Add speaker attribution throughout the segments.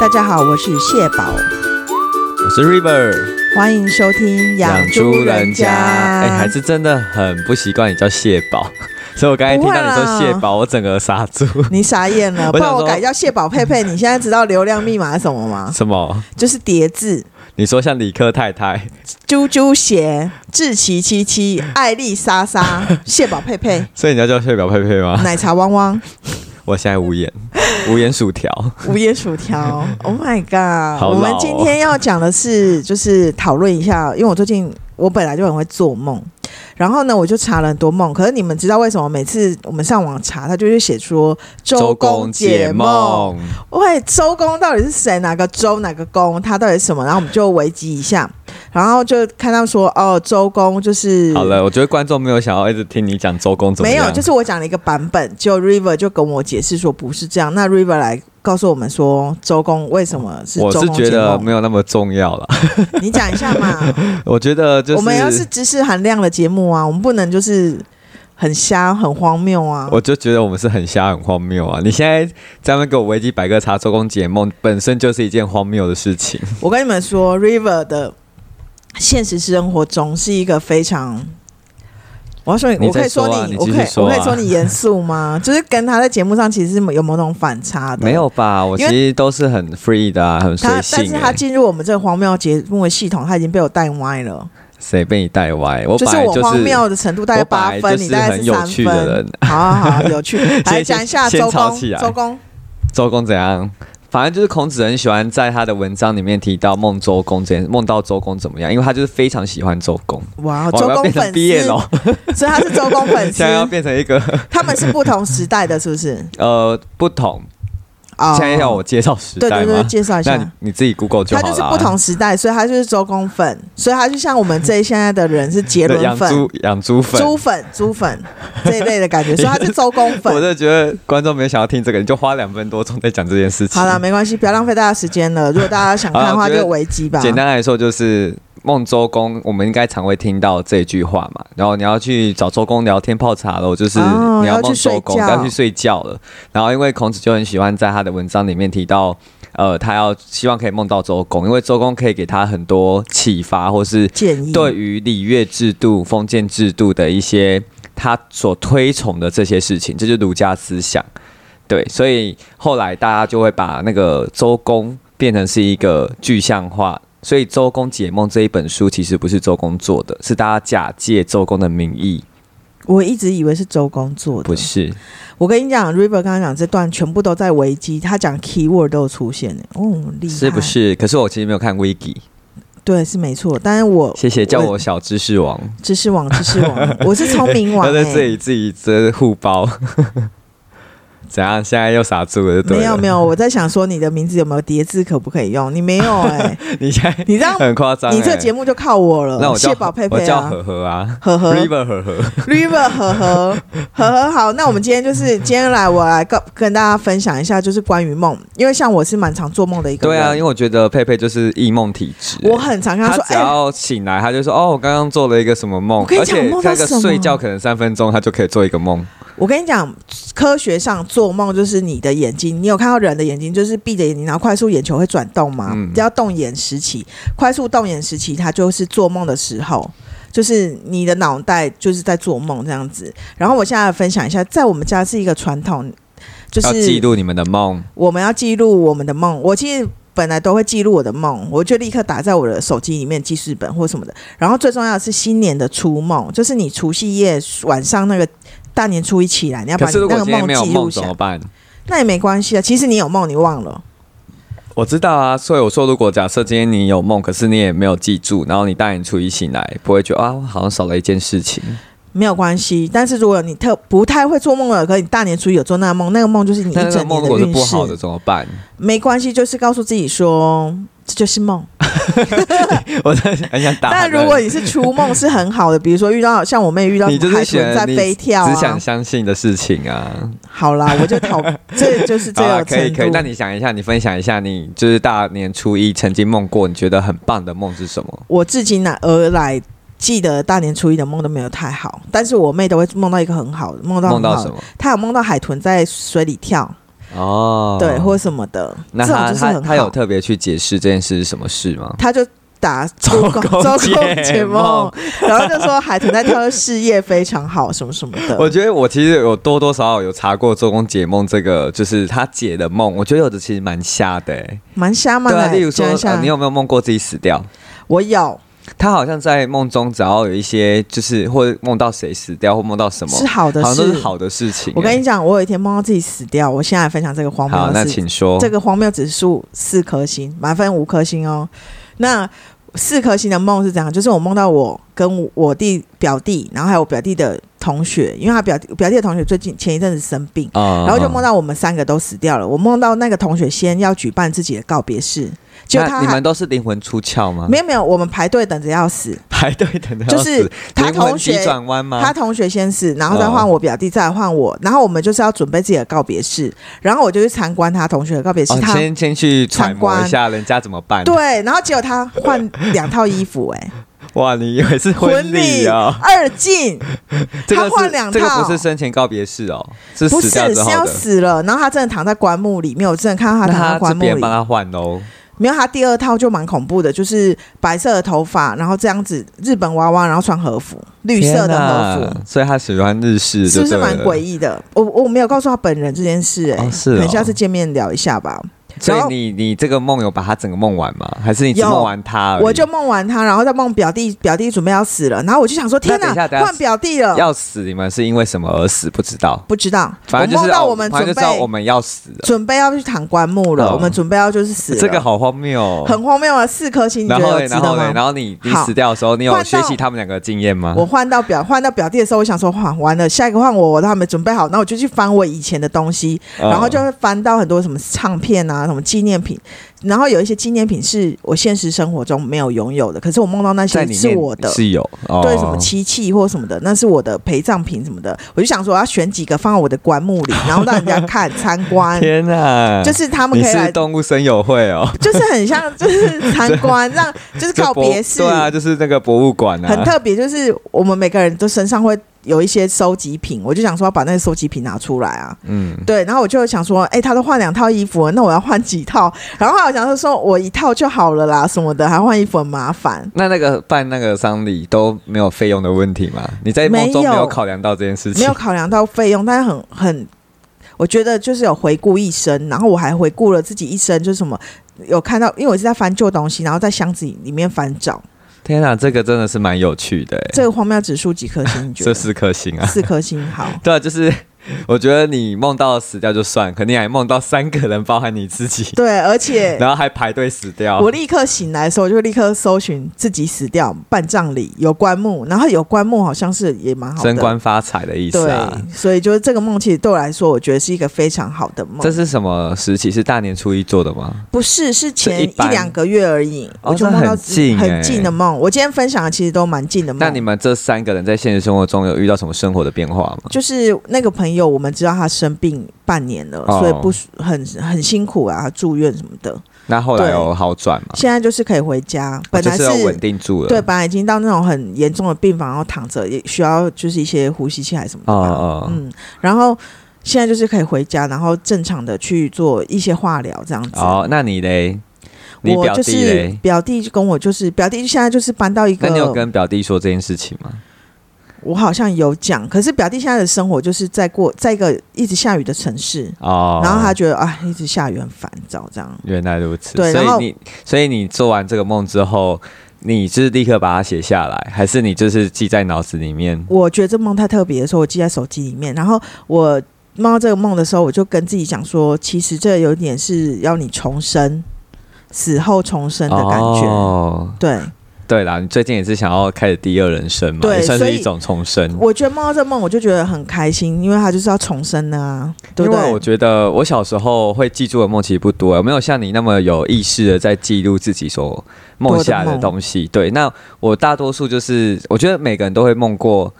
Speaker 1: 大家好，我是蟹宝，
Speaker 2: 我是 River，
Speaker 1: 欢迎收听养猪人家。
Speaker 2: 哎、还是真的很不习惯你叫蟹宝， 所以我刚才听到你
Speaker 1: 啊
Speaker 2: 说蟹宝，我整个傻住。
Speaker 1: 你傻眼了，
Speaker 2: 我想
Speaker 1: 不然我
Speaker 2: 说
Speaker 1: 改叫蟹宝佩佩。你现在知道流量密码是什么吗？
Speaker 2: 什么？
Speaker 1: 就是叠字，
Speaker 2: 你说像李克太太，
Speaker 1: 猪猪鞋、志奇七七、艾丽莎 莎、蟹宝佩佩、
Speaker 2: 所以你要叫蟹宝佩佩吗？
Speaker 1: 奶茶汪汪、
Speaker 2: 我现在无言，无言薯条。
Speaker 1: 午夜薯 条。Oh my god！、
Speaker 2: 好老
Speaker 1: 我
Speaker 2: 哦
Speaker 1: 们今天要讲的是，就是讨论一下，因为我最近我本来就很会做梦，然后呢，我就查了很多梦。可是你们知道为什么每次我们上网查，它就会写说周公解梦？，喂，周公到底是谁？哪个周哪个公？他到底是什么？然后我们就维基一下，然后就看到说，哦，周公就是
Speaker 2: 好了，我觉得观众没有想要一直听你讲周公怎么
Speaker 1: 没
Speaker 2: 样，
Speaker 1: 有，就是我讲了一个版本，就 River 就跟我解释说不是这样。那 River 来告诉我们说，周公为什么是
Speaker 2: 我
Speaker 1: 周
Speaker 2: 是
Speaker 1: 公
Speaker 2: 觉
Speaker 1: 解
Speaker 2: 得
Speaker 1: 梦？
Speaker 2: 没有那么重要了。
Speaker 1: 你讲一下嘛。
Speaker 2: 我觉得就是
Speaker 1: 我们要是知识含量的节目啊，我们不能就是很瞎、很荒谬啊。
Speaker 2: 我就觉得我们是很瞎、很荒谬啊！你现在在那边给我维基百科查周公解梦，本身就是一件荒谬的事情。
Speaker 1: 我跟你们说，River 的现实生活中是一个非常。我要说你，
Speaker 2: 你
Speaker 1: 我可以
Speaker 2: 再说啊
Speaker 1: 你，
Speaker 2: 你
Speaker 1: 我
Speaker 2: 继续
Speaker 1: 可以，
Speaker 2: 说啊
Speaker 1: 我可以说你严肃 吗？就是跟他在节目上其实是有某种反差的。
Speaker 2: 没有吧？我其
Speaker 1: 因
Speaker 2: 实都是很 free 的、啊，很随
Speaker 1: 他，但
Speaker 2: 性、
Speaker 1: 是他
Speaker 2: 欸。
Speaker 1: 进入我们这个荒谬节目的系统，他已经被我带歪了。
Speaker 2: 谁被你带歪？我
Speaker 1: 就
Speaker 2: 本
Speaker 1: 是
Speaker 2: 来
Speaker 1: 我
Speaker 2: 就是
Speaker 1: 荒谬的程度大概八
Speaker 2: 我本来
Speaker 1: 分，
Speaker 2: 就是
Speaker 1: 你大概
Speaker 2: 很
Speaker 1: 是
Speaker 2: 有
Speaker 1: 三
Speaker 2: 趣的
Speaker 1: 分
Speaker 2: 人。
Speaker 1: 好好好，有趣。来
Speaker 2: 先
Speaker 1: 讲一下
Speaker 2: 先
Speaker 1: 周
Speaker 2: 吵
Speaker 1: 公
Speaker 2: 起，来
Speaker 1: 周公
Speaker 2: 周公怎样？反正就是孔子很喜欢在他的文章里面提到梦周公这件，梦到周公怎么样？因为他就是非常喜欢周公。
Speaker 1: 哇，
Speaker 2: 哇
Speaker 1: 哦周
Speaker 2: 我要
Speaker 1: 公
Speaker 2: 变成
Speaker 1: 粉
Speaker 2: 毕业了
Speaker 1: 丝，，所以他是周公粉丝
Speaker 2: 现在，要变成一个
Speaker 1: 他们是不同时代的，是不是？
Speaker 2: 呃不同。
Speaker 1: 哦
Speaker 2: 现在要我介绍时
Speaker 1: 对
Speaker 2: 代
Speaker 1: 对对，
Speaker 2: 吗？
Speaker 1: 介绍一下
Speaker 2: 那你。你自己 Google 就
Speaker 1: 他
Speaker 2: 好了、
Speaker 1: 就
Speaker 2: 啊。
Speaker 1: 是不同时代，所以他就是周公粉，所以他就像我们这一现在的人是杰
Speaker 2: 对
Speaker 1: 伦
Speaker 2: 养
Speaker 1: 粉、
Speaker 2: 猪养猪粉，
Speaker 1: 猪粉、猪粉这一类的感觉，所以他是周公
Speaker 2: 我
Speaker 1: 粉。
Speaker 2: 就觉得观众没有想要听这个，你就花两分多钟在讲这件事情。
Speaker 1: 好了，没关系，不要浪费大家时间了。如果大家想看的
Speaker 2: 好
Speaker 1: 话，
Speaker 2: 我觉得
Speaker 1: 就维基吧。
Speaker 2: 简单来说就是孟周公，我们应该常会听到这句话嘛。然后你要去找周公聊天泡茶了，就是
Speaker 1: 哦
Speaker 2: 你
Speaker 1: 要去
Speaker 2: 孟周公，
Speaker 1: 睡觉
Speaker 2: 要去睡觉了。然后因为孔子就很喜欢在他的文章里面提到。呃，他要希望可以梦到周公，因为周公可以给他很多启发，或是
Speaker 1: 建议
Speaker 2: 对于礼乐制度、封建制度的一些他所推崇的这些事情，这就是儒家思想。对，所以后来大家就会把那个周公变成是一个具象化。所以《周公解梦》这一本书其实不是周公做的，是大家假借周公的名义，
Speaker 1: 我一直以为是周公做的，
Speaker 2: 不是？
Speaker 1: 我跟你讲，River 刚刚讲这段全部都在维基，他讲 keyword 都有出现欸哦，厉害，
Speaker 2: 是不？是？可是我其实没有看 Wiki，
Speaker 1: 对，是没错。但是我
Speaker 2: 谢谢叫我小知识王，
Speaker 1: 知识网，知识网， 我是聪明王、
Speaker 2: 要在
Speaker 1: 欸。
Speaker 2: 这里自己这互包， 怎样？现在又傻住了，对啊
Speaker 1: 没有
Speaker 2: 了
Speaker 1: 没有，我在想说你的名字有没有叠字可不可以用？你没有哎、
Speaker 2: 你现在
Speaker 1: 你这样
Speaker 2: 很夸张欸、
Speaker 1: 你这个节目就靠我了。
Speaker 2: 那我叫
Speaker 1: 谢宝佩
Speaker 2: 我
Speaker 1: 佩
Speaker 2: 叫
Speaker 1: 啊，
Speaker 2: 呵呵啊
Speaker 1: 呵呵
Speaker 2: ，River 呵呵，
Speaker 1: River 呵呵 呵呵好，那我们今天就是今天来我来跟跟大家分享一下，就是关于梦，因为像我是蛮常做梦的一个
Speaker 2: 对
Speaker 1: 人，
Speaker 2: 啊，因为我觉得佩佩就是易梦体质、
Speaker 1: 我很常跟他
Speaker 2: 他
Speaker 1: 说，
Speaker 2: 只
Speaker 1: 哎、
Speaker 2: 要醒来，他就说：“哦，我刚刚做了一个什么梦
Speaker 1: 我跟，你
Speaker 2: 而
Speaker 1: 讲
Speaker 2: 且
Speaker 1: 梦到
Speaker 2: 那个
Speaker 1: 什么
Speaker 2: 睡觉可能三分钟，他就可以做一个梦。
Speaker 1: 我跟你讲，科学上做梦就是你的眼睛，你有看到人的眼睛就是闭着眼睛，然后快速眼球会转动吗？
Speaker 2: 嗯
Speaker 1: 只要动眼时期，快速动眼时期，它就是做梦的时候，就是你的脑袋就是在做梦这样子。然后我现在来分享一下，在我们家是一个传统，就
Speaker 2: 要记
Speaker 1: 是
Speaker 2: 录你们的梦，
Speaker 1: 我们要记录我们的梦。我其实本来都会记录我的梦，我就立刻打在我的手机里面记事本或什么的。然后最重要的是新年的初梦，就是你除夕夜晚上那个大年初一起来，你要把你
Speaker 2: 可是如
Speaker 1: 那
Speaker 2: 果
Speaker 1: 个
Speaker 2: 今天没有
Speaker 1: 记录
Speaker 2: 梦
Speaker 1: 下
Speaker 2: 怎么
Speaker 1: 来，
Speaker 2: 办？
Speaker 1: 那也没关系啊。其实你有梦，你忘了。
Speaker 2: 我知道啊，所以我说，如果假设今天你有梦，可是你也没有记住，然后你大年初一醒来，不会觉得啊，我好像少了一件事情。
Speaker 1: 没有关系，但是如果你特不太会做梦了，可你大年初一有做那个梦，那个梦就是你一
Speaker 2: 但那个
Speaker 1: 整
Speaker 2: 梦
Speaker 1: 年的
Speaker 2: 如果是
Speaker 1: 运
Speaker 2: 不好的
Speaker 1: 势。
Speaker 2: 怎么办？
Speaker 1: 没关系，就是告诉自己说这就是梦。
Speaker 2: 我在很想打
Speaker 1: 但
Speaker 2: 哎人。
Speaker 1: 如果你是初梦是很好的，比如说遇到像我妹遇到
Speaker 2: 你
Speaker 1: 什
Speaker 2: 就
Speaker 1: 么海
Speaker 2: 是
Speaker 1: 豚
Speaker 2: 选
Speaker 1: 在
Speaker 2: 你
Speaker 1: 飞跳、啊，
Speaker 2: 只想相信的事情啊。
Speaker 1: 好 啦，我就讨，这就是 这
Speaker 2: 好啦
Speaker 1: 个
Speaker 2: 可以
Speaker 1: 程
Speaker 2: 可以。那
Speaker 1: 度。
Speaker 2: 你想一下，你分享一下，你就是大年初一曾经梦过，你觉得很棒的梦是什么？
Speaker 1: 我至今来而来记得大年初一的梦都没有太好，但是我妹都会梦到一个很好的，梦到
Speaker 2: 梦
Speaker 1: 很
Speaker 2: 到
Speaker 1: 好
Speaker 2: 什
Speaker 1: 的
Speaker 2: 么？
Speaker 1: 她有梦到海豚在水里跳，
Speaker 2: 哦，
Speaker 1: 对，或什么的。
Speaker 2: 那
Speaker 1: 这种
Speaker 2: 他
Speaker 1: 就是
Speaker 2: 他
Speaker 1: 很
Speaker 2: 他有
Speaker 1: 好，
Speaker 2: 特别去解释这件事是什么事吗？
Speaker 1: 他就打周公
Speaker 2: 周公
Speaker 1: 周
Speaker 2: 解
Speaker 1: 公解
Speaker 2: 梦
Speaker 1: 梦，然后就说海豚在他的事业非常好，什么什么
Speaker 2: 我
Speaker 1: 的。
Speaker 2: 觉得我其实有多多少少有查过周公解梦这个，就是他解的梦，我觉得有的其实蛮瞎的、欸。
Speaker 1: 蛮瞎嘛，
Speaker 2: 对啊，
Speaker 1: 来
Speaker 2: 例如说、
Speaker 1: 讲一
Speaker 2: 呃
Speaker 1: 下
Speaker 2: 你，有没有梦过自己死掉？
Speaker 1: 我有
Speaker 2: 他好像在梦中，只要有一些就是或者梦到谁死掉，或梦到什么，
Speaker 1: 是好的
Speaker 2: 好像都
Speaker 1: 事
Speaker 2: 是。好的事情、
Speaker 1: 我
Speaker 2: 欸
Speaker 1: 跟你讲，我有一天梦到自己死掉，我现在来分享这个荒
Speaker 2: 好，
Speaker 1: 谬
Speaker 2: 那
Speaker 1: 的事情。
Speaker 2: 请说。
Speaker 1: 这个荒谬指数四颗星，满分五颗星哦。那四颗星的梦是怎样？就是我梦到我跟我弟表弟，然后还有我表弟的同学，因为他表弟表弟的同学最近前一阵子生病，
Speaker 2: 啊
Speaker 1: 然后就梦到我们三个都死掉了。我梦到那个同学先要举办自己的告别式，就
Speaker 2: 那
Speaker 1: 他
Speaker 2: 你
Speaker 1: 还
Speaker 2: 们啊都是灵魂出窍吗？
Speaker 1: 没有没有，我们排队等着要死，
Speaker 2: 排队等的，
Speaker 1: 就是他
Speaker 2: 灵魂
Speaker 1: 同
Speaker 2: 急
Speaker 1: 学。
Speaker 2: 转弯吗？
Speaker 1: 他同学先死，然后再换
Speaker 2: 嗯
Speaker 1: 我表弟，再来换我，然后我们就是要准备自己的告别式，然后我就去参观他同学的告别式。
Speaker 2: 哦，
Speaker 1: 他
Speaker 2: 先先去揣
Speaker 1: 参
Speaker 2: 摩
Speaker 1: 观
Speaker 2: 一下人家怎么办。，
Speaker 1: 对，然后结果他换两套衣服、哎，
Speaker 2: 哇，你以为是
Speaker 1: 婚
Speaker 2: 礼啊？
Speaker 1: 二进，
Speaker 2: 这个是
Speaker 1: 换两
Speaker 2: 这个
Speaker 1: 套
Speaker 2: 不是生前告别式哦，是
Speaker 1: 不
Speaker 2: 死
Speaker 1: 是
Speaker 2: 掉之
Speaker 1: 是
Speaker 2: 后
Speaker 1: 要
Speaker 2: 的。
Speaker 1: 死了，然后他真的躺在棺木里面，我真的看到
Speaker 2: 那
Speaker 1: 他躺在
Speaker 2: 他是
Speaker 1: 棺木
Speaker 2: 别人
Speaker 1: 里
Speaker 2: 帮。他换哦喽。
Speaker 1: 没有，他第二套就蛮恐怖的，就是白色的头发，然后这样子日本娃娃，然后穿和服，绿色的和
Speaker 2: 天
Speaker 1: 服
Speaker 2: 哪，所以他喜欢日式就是
Speaker 1: 不是
Speaker 2: 对
Speaker 1: 蛮
Speaker 2: 了
Speaker 1: 诡？异的？我我没有告诉他本人这件事、哎、
Speaker 2: 哦是哦
Speaker 1: 可能下次见面聊一下吧。
Speaker 2: 所
Speaker 1: 然后
Speaker 2: 以你你这个梦有把他整个梦完吗？还是你只
Speaker 1: 有
Speaker 2: 梦完他而已？
Speaker 1: 我就梦完他，然后再梦表弟，表弟准备要死了，然后我就想说，天
Speaker 2: 那
Speaker 1: 哪
Speaker 2: 等一下，等一下
Speaker 1: 换表弟了，
Speaker 2: 要死，你们是因为什么而死？不知道，
Speaker 1: 不知道，
Speaker 2: 反正就
Speaker 1: 我
Speaker 2: 是
Speaker 1: 梦到
Speaker 2: 哦
Speaker 1: 我们
Speaker 2: 反
Speaker 1: 准
Speaker 2: 正就知道
Speaker 1: 备
Speaker 2: 我们要死了，
Speaker 1: 准备要去躺棺木了，
Speaker 2: 嗯
Speaker 1: 我们准备要就是死了，
Speaker 2: 这个好荒谬哦。
Speaker 1: 很荒谬啊！四颗星，你觉
Speaker 2: 然后
Speaker 1: 得
Speaker 2: 嘞，
Speaker 1: 有值
Speaker 2: 然后
Speaker 1: 得
Speaker 2: 嘞，然
Speaker 1: 吗？
Speaker 2: 后啊你你
Speaker 1: 好
Speaker 2: 死掉的时候，你有
Speaker 1: 换
Speaker 2: 学
Speaker 1: 到
Speaker 2: 习他们两个的经验吗？
Speaker 1: 我换到表换到表弟的时候，我想说，哇，完了，下一个换我，我都还没准备好，那我就去翻我以前的东西，
Speaker 2: 嗯
Speaker 1: 然后就会翻到很多什么唱片啊，什么纪念品，然后有一些纪念品是我现实生活中没有拥有的，可是我梦到那
Speaker 2: 在
Speaker 1: 些
Speaker 2: 里
Speaker 1: 是
Speaker 2: 面
Speaker 1: 我的。
Speaker 2: 是有哦
Speaker 1: 对什么漆器或什么的，那是我的陪葬品什么的，我就想说我要选几个放到我的棺木 里，然后让人家看参观，
Speaker 2: 天哪，
Speaker 1: 就是他们
Speaker 2: 你
Speaker 1: 可以
Speaker 2: 是
Speaker 1: 来，
Speaker 2: 动物森友会哦，
Speaker 1: 就是很像就是参 观，让就是
Speaker 2: 就
Speaker 1: 告
Speaker 2: 博
Speaker 1: 别式，
Speaker 2: 对啊，就是那个博物馆啊，
Speaker 1: 很特别，就是我们每个人都身上会有一些收集品，我就想说要把那个收集品拿出来啊。
Speaker 2: 嗯，
Speaker 1: 对，然后我就想说，哎、他都换两套衣服了，那我要换几套？然后后来我想说，说我一套就好了啦，什么的，还换衣服很麻烦。
Speaker 2: 那那个办那个丧礼都没有费用的问题吗？你在梦中
Speaker 1: 没
Speaker 2: 没
Speaker 1: 有
Speaker 2: 有考量到这件事
Speaker 1: 没
Speaker 2: 情
Speaker 1: 有？考量到费用，但是很很，我觉得就是有回顾一生，然后我还回顾了自己一生，就是什么有看到，因为我是在翻旧东西，然后在箱子里面翻找。
Speaker 2: 天哪，这个真的是蛮有趣的欸，
Speaker 1: 这个荒谬指数几颗星？你觉
Speaker 2: 这
Speaker 1: 得？
Speaker 2: 四颗星啊，
Speaker 1: 四颗星，好。
Speaker 2: 对啊，就是 我觉得你梦到死掉就算，肯定还梦到三个人，包含你自己，
Speaker 1: 对，而 且
Speaker 2: 然后还排队死掉
Speaker 1: 我。立刻醒来的时候，我就立刻搜寻自己死掉办葬礼有棺木，然后有棺木好像是也蛮好的，
Speaker 2: 升官发财的意思
Speaker 1: 对
Speaker 2: 啊！，
Speaker 1: 所以就是这个梦，其实对我来说，我觉得是一个非常好的梦
Speaker 2: 这。是什么时期？是大年初一做的吗？
Speaker 1: 不是，是前
Speaker 2: 这一
Speaker 1: 一
Speaker 2: 般
Speaker 1: 两个月而已，
Speaker 2: 哦
Speaker 1: 我就梦
Speaker 2: 那
Speaker 1: 到
Speaker 2: 很近欸
Speaker 1: 很近的梦。我今天分享的其实都蛮近的梦。
Speaker 2: 那你们这三个人在现实生活中有遇到什么生活的变化吗？
Speaker 1: 就是那个朋友，我们知道他生病半年了，
Speaker 2: 哦
Speaker 1: 所以不舒很很辛苦啊，住院什么的。
Speaker 2: 那后来
Speaker 1: 对
Speaker 2: 有好转吗？
Speaker 1: 现在就是可以回家，本
Speaker 2: 哦就
Speaker 1: 来
Speaker 2: 有稳定住了。
Speaker 1: 对，本来已经到那种很严重的病房，然后躺着也需要就是一些呼吸器还是什么的吧。
Speaker 2: 哦哦
Speaker 1: 嗯，然后现在就是可以回家，然后正常的去做一些化疗这样子。
Speaker 2: 哦，那你嘞？你
Speaker 1: 我
Speaker 2: 表
Speaker 1: 就
Speaker 2: 弟
Speaker 1: 是
Speaker 2: 嘞？
Speaker 1: 表弟就跟我就是表弟，现在就是搬到一个
Speaker 2: 那你有跟表弟说这件事情吗？
Speaker 1: 我好像有讲，可是表弟现在的生活就是在过在一个一直下雨的城市，
Speaker 2: 哦，
Speaker 1: 然后他觉得啊一直下雨很烦躁这样。
Speaker 2: 原来如此，
Speaker 1: 对
Speaker 2: 所
Speaker 1: 然后
Speaker 2: 以你所以你做完这个梦之后，你是立刻把它写下来，还是你就是记在脑子里面？
Speaker 1: 我觉得这梦太特别，所以我记在手机里面。然后我梦到这个梦的时候，我就跟自己讲说，其实这有点是要你重生，死后重生的感觉。
Speaker 2: 哦，
Speaker 1: 对，
Speaker 2: 对啦，你最近也是想要开始第二人生嘛，
Speaker 1: 对
Speaker 2: 也算是
Speaker 1: 所以
Speaker 2: 一种重生。
Speaker 1: 我觉得梦到这梦，我就觉得很开心，因为它就是要重生的啊，对
Speaker 2: 因
Speaker 1: 不
Speaker 2: 为我
Speaker 1: 对？
Speaker 2: 觉得我小时候会记住的梦其实不多，我没有像你那么有意识的在记录自己所梦下的东西。对，那我大多数就是，我觉得每个人都会梦过。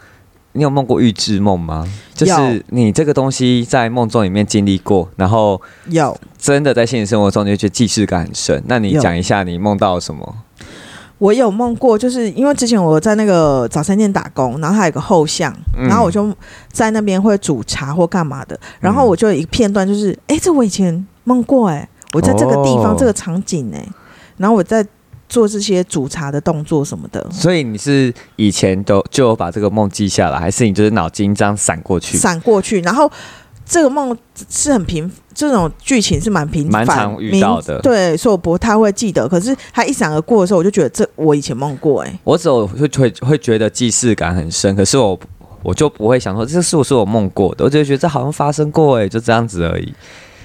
Speaker 2: 你有梦过预知梦吗？就是
Speaker 1: 有
Speaker 2: 你这个东西在梦中里面经历过，然后
Speaker 1: 有
Speaker 2: 真的在现实生活中，你会觉得既视感很深。那你
Speaker 1: 有
Speaker 2: 讲一下你梦到了什么？
Speaker 1: 我有梦过，就是因为之前我在那个早餐店打工，然后还有个后巷，
Speaker 2: 嗯
Speaker 1: 然后我就在那边会煮茶或干嘛的，然后我就有一片段就是，哎、这我以前梦过、哎，我在这个地方、
Speaker 2: 哦
Speaker 1: 这个场景、哎，然后我在做这些煮茶的动作什么的，
Speaker 2: 所以你是以前都就有把这个梦记下来，还是你就是脑筋这样闪过去，
Speaker 1: 闪过去，然后这个梦是很平，这种剧情是蛮频繁、
Speaker 2: 蛮常遇到的
Speaker 1: 明对，所以我不太会记得。可是它一闪而过的时候，我就觉得这我以前梦过、哎，
Speaker 2: 我只有会会会觉得既视感很深，可是我我就不会想说这是不是我梦过的，我就觉得这好像发生过哎、就这样子而已。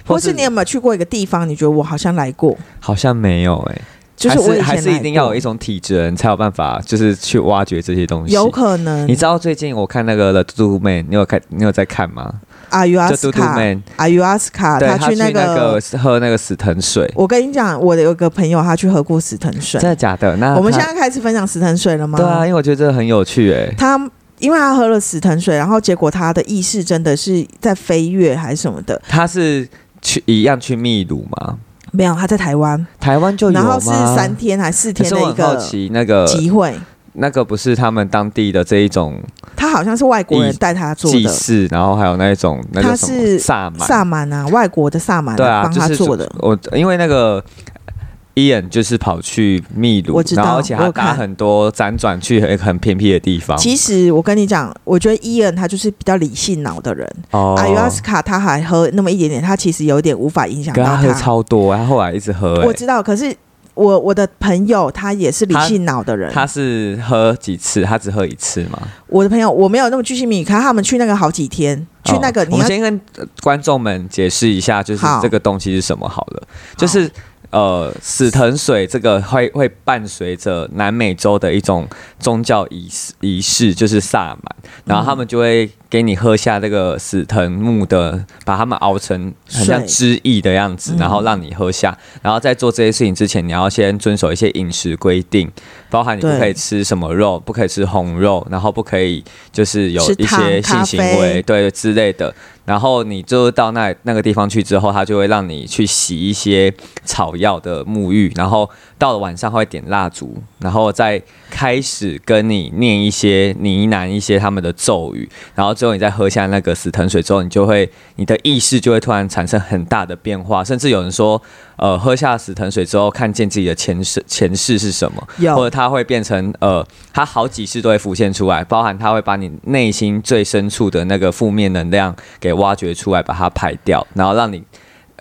Speaker 1: 或是你有没有去过一个地方，你觉得我好像来过？
Speaker 2: 好像没有哎、
Speaker 1: 就是我以前
Speaker 2: 还是还是
Speaker 1: 来
Speaker 2: 一定要
Speaker 1: 过
Speaker 2: 有一种体质的人才有办法，就是去挖掘这些东西。
Speaker 1: 有可能
Speaker 2: 你知道最近我看那个《The Do Man》，你有看你有在看吗？
Speaker 1: 阿尤阿
Speaker 2: 就
Speaker 1: 斯
Speaker 2: Do Do
Speaker 1: 卡，
Speaker 2: Man，
Speaker 1: 阿尤阿斯卡，
Speaker 2: 对他
Speaker 1: 去
Speaker 2: 那
Speaker 1: 个，
Speaker 2: 喝那个死藤水，
Speaker 1: 我跟你讲，我的有个朋友他去喝过死藤水
Speaker 2: 真，的假的？那
Speaker 1: 我们
Speaker 2: 啊他
Speaker 1: 现在开始分享死藤水了吗？
Speaker 2: 对啊，因为我觉得这个很有趣哎、
Speaker 1: 他。因为他喝了死藤水，然后结果他的意识真的是在飞跃还是什么的，
Speaker 2: 他是去一样去秘鲁吗？
Speaker 1: 没有，他在台湾，
Speaker 2: 台湾就有
Speaker 1: 然
Speaker 2: 吗？
Speaker 1: 后是三天还是四
Speaker 2: 可
Speaker 1: 天
Speaker 2: 是
Speaker 1: 的
Speaker 2: 我
Speaker 1: 一
Speaker 2: 很好
Speaker 1: 个
Speaker 2: 奇，呃那个
Speaker 1: 集会，
Speaker 2: 那个不是他们当地的这一种
Speaker 1: 他好像是外国人
Speaker 2: 祭
Speaker 1: 带他做
Speaker 2: 祭
Speaker 1: 的，
Speaker 2: 祀，然后还有那一种那
Speaker 1: 他
Speaker 2: 个什么
Speaker 1: 是
Speaker 2: 萨满，
Speaker 1: 萨满啊，外国的萨满、
Speaker 2: 对啊，
Speaker 1: 帮
Speaker 2: 就
Speaker 1: 他
Speaker 2: 是
Speaker 1: 做的，
Speaker 2: 我因为那个。伊恩就是跑去秘鲁
Speaker 1: 我，知道
Speaker 2: 然后而且
Speaker 1: 我
Speaker 2: 他
Speaker 1: 有
Speaker 2: 搭
Speaker 1: 看
Speaker 2: 很多辗转去很很偏僻的地方。
Speaker 1: 其实我跟你讲，我觉得伊恩他就是比较理性脑的人，
Speaker 2: 哦
Speaker 1: 阿尤阿斯卡他还喝那么一点点，他其实有点无法影响
Speaker 2: 跟
Speaker 1: 到
Speaker 2: 他喝超多，他后来一直喝、
Speaker 1: 我
Speaker 2: 欸。
Speaker 1: 知道，可是我我的朋友他也是理性脑的人，
Speaker 2: 他是喝几次？他只喝一次吗？
Speaker 1: 我的朋友我没有那么居心敏，可是他们去那个好几天，去那个、
Speaker 2: 哦
Speaker 1: 你
Speaker 2: 我们
Speaker 1: 要
Speaker 2: 先跟呃观众们解释一下，就是
Speaker 1: 好
Speaker 2: 这个东西是什么好了。就是呃，死藤水这个会会伴随着南美洲的一种宗教仪式仪式，就是萨满，然后他们就会给你喝下这个死藤木的，把它们熬成很像
Speaker 1: 水
Speaker 2: 汁液的样子，
Speaker 1: 嗯
Speaker 2: 然后让你喝下。然后在做这些事情之前，你要先遵守一些饮食规定，包含你不
Speaker 1: 对
Speaker 2: 可以吃什么肉，不可以吃红肉，然后不可以就是有
Speaker 1: 吃
Speaker 2: 一
Speaker 1: 糖
Speaker 2: 些性
Speaker 1: 咖
Speaker 2: 行
Speaker 1: 啡
Speaker 2: 为对之类的。然后你就到那那个地方去之后，他就会让你去洗一些草药的沐浴，然后到了晚上他会点蜡烛，然后再开始跟你念一些呢喃一些他们的咒语，然后最后你再喝下那个死藤水之后，你就会你的意识就会突然产生很大的变化，甚至有人说，呃，喝下死藤水之后看见自己的前世前世是什么，
Speaker 1: 有
Speaker 2: 或者它会变成呃，它好几世都会浮现出来，包含它会把你内心最深处的那个负面能量给挖掘出来，把它排掉，然后让你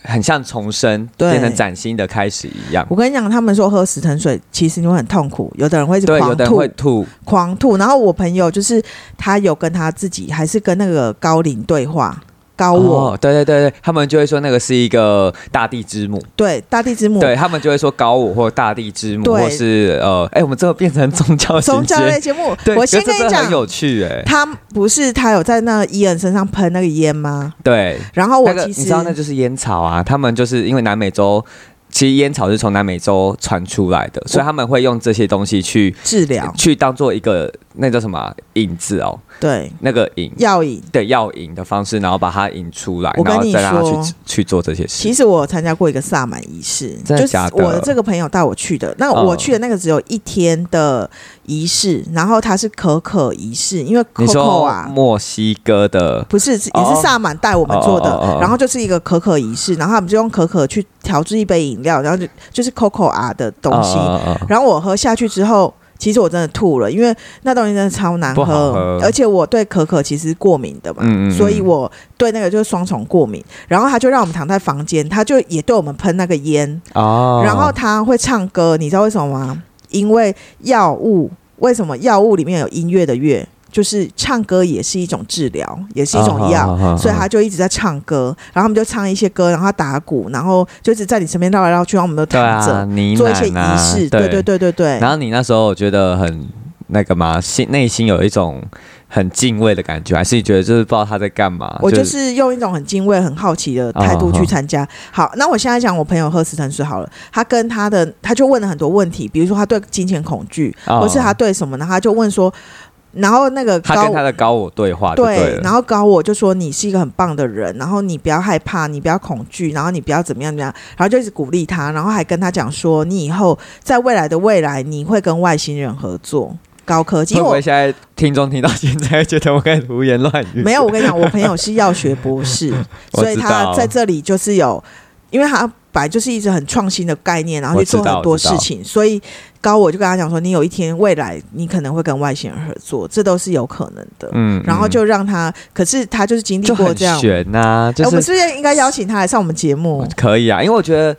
Speaker 2: 很像重生，
Speaker 1: 对
Speaker 2: 变成崭新的开始一样。
Speaker 1: 我跟你讲，他们说喝死藤水其实你会很痛苦，有的人会一直
Speaker 2: 对，有
Speaker 1: 狂
Speaker 2: 的人
Speaker 1: 吐
Speaker 2: 会吐，
Speaker 1: 狂吐，然后我朋友就是他有跟他自己还是跟那个高龄对话。高我、
Speaker 2: 哦，对对对对，他们就会说那个是一个大地之母，
Speaker 1: 对大地之母，
Speaker 2: 对他们就会说高我或大地之母，
Speaker 1: 对
Speaker 2: 或是呃，哎、我们最后变成宗教型
Speaker 1: 宗教
Speaker 2: 节
Speaker 1: 类节目
Speaker 2: 对，，
Speaker 1: 我
Speaker 2: 可是
Speaker 1: 先
Speaker 2: 这
Speaker 1: 跟
Speaker 2: 真
Speaker 1: 你
Speaker 2: 的
Speaker 1: 讲
Speaker 2: 很，有趣哎、
Speaker 1: 他不是他有在那个伊恩身上喷那个烟吗？
Speaker 2: 对，
Speaker 1: 然后我
Speaker 2: 那个
Speaker 1: 其实
Speaker 2: 你知道那就是烟草啊，他们就是因为南美洲。其实烟草是从南美洲传出来的，所以他们会用这些东西去
Speaker 1: 治疗
Speaker 2: 去当做一个那叫什么啊引子哦，
Speaker 1: 对
Speaker 2: 那个引
Speaker 1: 药引。
Speaker 2: 对药引的方式，然后把它引出来，
Speaker 1: 我跟
Speaker 2: 然后
Speaker 1: 你
Speaker 2: 再让它
Speaker 1: 说
Speaker 2: 去去做这些事。
Speaker 1: 其实我有参加过一个萨满仪式，
Speaker 2: 真的
Speaker 1: 就是
Speaker 2: 假的
Speaker 1: 我的这个朋友带我去的。那
Speaker 2: 嗯
Speaker 1: 我去的那个只有一天的仪式，然后它是可可仪式，因为
Speaker 2: 你
Speaker 1: Coco
Speaker 2: 说
Speaker 1: 啊，
Speaker 2: 墨西哥的
Speaker 1: 不是，是
Speaker 2: 哦
Speaker 1: 也是萨满带我们做的，
Speaker 2: 哦哦哦哦
Speaker 1: 然后就是一个可可仪式，然后他们就用可可去调制一杯饮料，然后就就是 Coco 啊的东西，
Speaker 2: 嗯嗯嗯嗯
Speaker 1: 然后我喝下去之后，其实我真的吐了，因为那东西真的超难喝，
Speaker 2: 不好喝
Speaker 1: 而且我对可可其实过敏的嘛，
Speaker 2: 嗯嗯嗯
Speaker 1: 所以我对那个就是双重过敏。然后他就让我们躺在房间，他就也对我们喷那个烟，
Speaker 2: 哦，
Speaker 1: 然后他会唱歌，你知道为什么吗？因为药物，为什么药物里面有音乐的乐？就是唱歌也是一种治疗，也是一种药，
Speaker 2: 哦好好好
Speaker 1: 所以他就一直在唱歌，然后他们就唱一些歌，然后他打鼓，然后就是在你身边绕来绕去，然后我们都
Speaker 2: 对
Speaker 1: 躺着，
Speaker 2: 啊，呢
Speaker 1: 做一些仪
Speaker 2: 喃啊
Speaker 1: 式，对对对对对。
Speaker 2: 然后你那时候觉得很那个嘛，心内心有一种很敬畏的感觉，还是你觉得就是不知道他在干嘛？
Speaker 1: 我就是用一种很敬畏、很好奇的态
Speaker 2: 哦
Speaker 1: 度去参加。好，那我现在讲我朋友喝死藤水好了，他跟他的他就问了很多问题，比如说他对金钱恐惧，
Speaker 2: 哦
Speaker 1: 或是他对什么呢？他就问说。然后那个
Speaker 2: 他
Speaker 1: 高
Speaker 2: 跟他的高我对话就
Speaker 1: 对，
Speaker 2: 了。
Speaker 1: 然后高我就说你是一个很棒的人，然后你不要害怕，你不要恐惧，然后你不要怎么样怎么样，然后就一直鼓励他，然后还跟他讲说，你以后在未来的未来，你会跟外星人合作，高科技。
Speaker 2: 会
Speaker 1: 因
Speaker 2: 不
Speaker 1: 为
Speaker 2: 会现在听众听到现在觉得我开始胡言乱
Speaker 1: 我
Speaker 2: 语？
Speaker 1: 没有，我跟你讲，我朋友是药学博士，
Speaker 2: 我
Speaker 1: 所以
Speaker 2: 知道
Speaker 1: 他在这里就是有，因为他本来就是一直很创新的概念，然后
Speaker 2: 我
Speaker 1: 去
Speaker 2: 知道
Speaker 1: 做很多
Speaker 2: 我知道
Speaker 1: 事情，所以高我就跟他讲说，你有一天未来你可能会跟外星人合作，这都是有可能的。
Speaker 2: 嗯，嗯
Speaker 1: 然后就让他，可是他就是经历
Speaker 2: 就
Speaker 1: 过
Speaker 2: 很
Speaker 1: 这样。
Speaker 2: 悬呐、
Speaker 1: 哎，
Speaker 2: 就
Speaker 1: 我们是
Speaker 2: 是
Speaker 1: 不是应该邀请他来上我们节目？
Speaker 2: 可以啊，因为我觉得。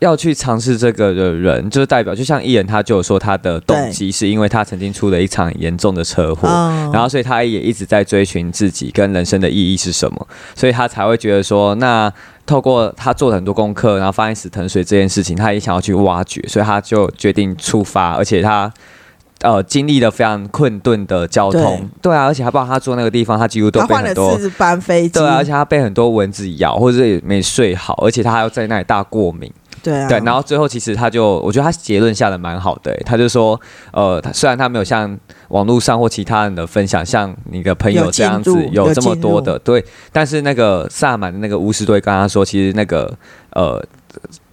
Speaker 2: 要去尝试这个的人，就是代表，就像艺人，他就有说他的动机是因为他曾经出了一场严重的车祸，
Speaker 1: 嗯
Speaker 2: 然后所以他也一直在追寻自己跟人生的意义是什么，所以他才会觉得说，那透过他做了很多功课，然后发现死藤水这件事情，他也想要去挖掘，所以他就决定出发，而且他。呃，经历了非常困顿的交通，对啊，而且还包括他坐那个地方，他几乎都
Speaker 1: 他
Speaker 2: 被
Speaker 1: 换
Speaker 2: 很
Speaker 1: 了
Speaker 2: 多
Speaker 1: 四班飞机，
Speaker 2: 对啊，而且他被很多蚊子咬，或者是也没睡好，而且他还要在那里大过敏。
Speaker 1: 对啊，
Speaker 2: 对，然后最后其实他就，我觉得他结论下的蛮好的、欸他就说，呃，他虽然他没有像网络上或其他人的分享，像你的朋友
Speaker 1: 有
Speaker 2: 这
Speaker 1: 进
Speaker 2: 样子
Speaker 1: 入
Speaker 2: 有
Speaker 1: 有
Speaker 2: 这么
Speaker 1: 进
Speaker 2: 多
Speaker 1: 入
Speaker 2: 的，对，但是那个萨满的那个巫师队跟他说，其实那个呃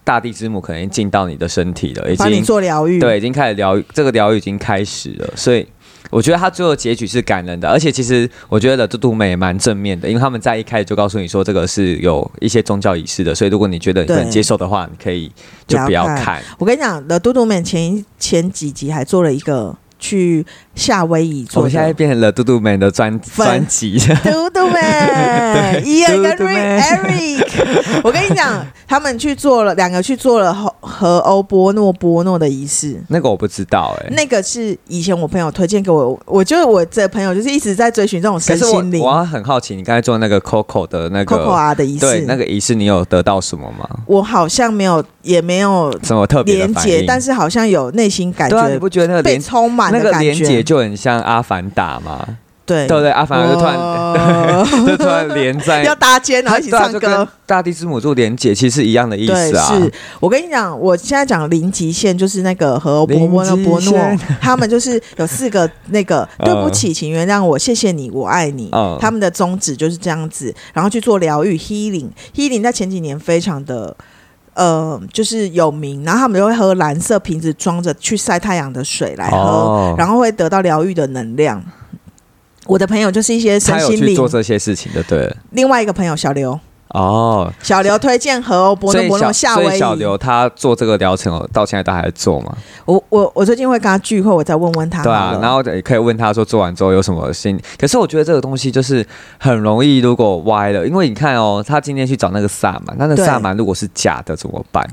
Speaker 2: 大地之母可能已经进到你的身体了，已
Speaker 1: 帮你
Speaker 2: 经
Speaker 1: 做疗愈，
Speaker 2: 对，已经开始疗愈，这个疗愈已经开始了，所以我觉得他最后的结局是感人的，而且其实我觉得这杜美也蛮正面的，因为他们在一开始就告诉你说这个是有一些宗教仪式的，所以如果你觉得你不能
Speaker 1: 对
Speaker 2: 接受的话，你可以就不要
Speaker 1: 不要
Speaker 2: 看。
Speaker 1: 我跟你讲，的嘟嘟们前一前几集还做了一个去夏威夷
Speaker 2: 我
Speaker 1: 做
Speaker 2: 们现在
Speaker 1: 的。
Speaker 2: 变成了杜杜美的专
Speaker 1: 粉
Speaker 2: 专辑，
Speaker 1: 嘟嘟们伊恩跟
Speaker 2: 嘟嘟们
Speaker 1: Eric，我跟你讲，他们去做了两个去做了和和欧波诺波诺的仪式，
Speaker 2: 那个我不知道哎、
Speaker 1: 那个是以前我朋友推荐给我，我就是我这朋友就是一直在追寻这种
Speaker 2: 可
Speaker 1: 身
Speaker 2: 是我
Speaker 1: 心灵
Speaker 2: 我还很好奇，你刚才做那个 Coco 的那
Speaker 1: Coco
Speaker 2: 个
Speaker 1: 啊的仪
Speaker 2: 对
Speaker 1: 式，
Speaker 2: 那个仪式，你有得到什么吗？
Speaker 1: 我好像没有也没有
Speaker 2: 什么特别
Speaker 1: 连
Speaker 2: 的反
Speaker 1: 接
Speaker 2: 应？，
Speaker 1: 但是好像有内心感
Speaker 2: 对啊，你
Speaker 1: 觉
Speaker 2: 不觉得那个
Speaker 1: 被
Speaker 2: 连
Speaker 1: 充满
Speaker 2: 那
Speaker 1: 的
Speaker 2: 个
Speaker 1: 感
Speaker 2: 连接
Speaker 1: 觉，
Speaker 2: 就很像《阿凡达》吗？
Speaker 1: 对
Speaker 2: 对不对？阿凡达就突然
Speaker 1: 然
Speaker 2: 就突然连在
Speaker 1: 要搭肩，然后一起
Speaker 2: 对啊
Speaker 1: 唱
Speaker 2: 就跟
Speaker 1: 歌。
Speaker 2: 大地之母做连结，其实是一样的意
Speaker 1: 对，
Speaker 2: 思啊。
Speaker 1: 是我跟你讲，我现在讲零极限就是那个和伯
Speaker 2: 零
Speaker 1: 伯诺
Speaker 2: 极
Speaker 1: 伯诺
Speaker 2: 限，
Speaker 1: 他们就是有四个那个
Speaker 2: 嗯
Speaker 1: 对不起，请原谅我，谢谢你，我爱你
Speaker 2: 嗯。
Speaker 1: 他们的宗旨就是这样子，然后去做疗愈 healing。healing 在前几年非常的呃，就是有名，然后他们就会喝蓝色瓶子装着去晒太阳的水来喝，
Speaker 2: 哦
Speaker 1: 然后会得到疗愈的能量。我的朋友就是一些身
Speaker 2: 他有
Speaker 1: 心
Speaker 2: 去
Speaker 1: 灵，
Speaker 2: 做这些事情的，对了
Speaker 1: 另外一个朋友小刘，
Speaker 2: 哦。
Speaker 1: 小刘推荐和欧伯
Speaker 2: 所
Speaker 1: 诺
Speaker 2: 以
Speaker 1: 伯诺
Speaker 2: 小
Speaker 1: 夏
Speaker 2: 所
Speaker 1: 威
Speaker 2: 以
Speaker 1: 夷。
Speaker 2: 小刘他做这个疗程哦，到现在都还在做嘛？
Speaker 1: 我我我最近会跟他聚会，我再问问他好
Speaker 2: 对
Speaker 1: 了。
Speaker 2: 啊，然后也可以问他说做完之后有什么心。可是我觉得这个东西就是很容易，如果歪了，因为你看哦，他今天去找那个萨满，那那个
Speaker 1: 对
Speaker 2: 萨满如果是假的怎么办？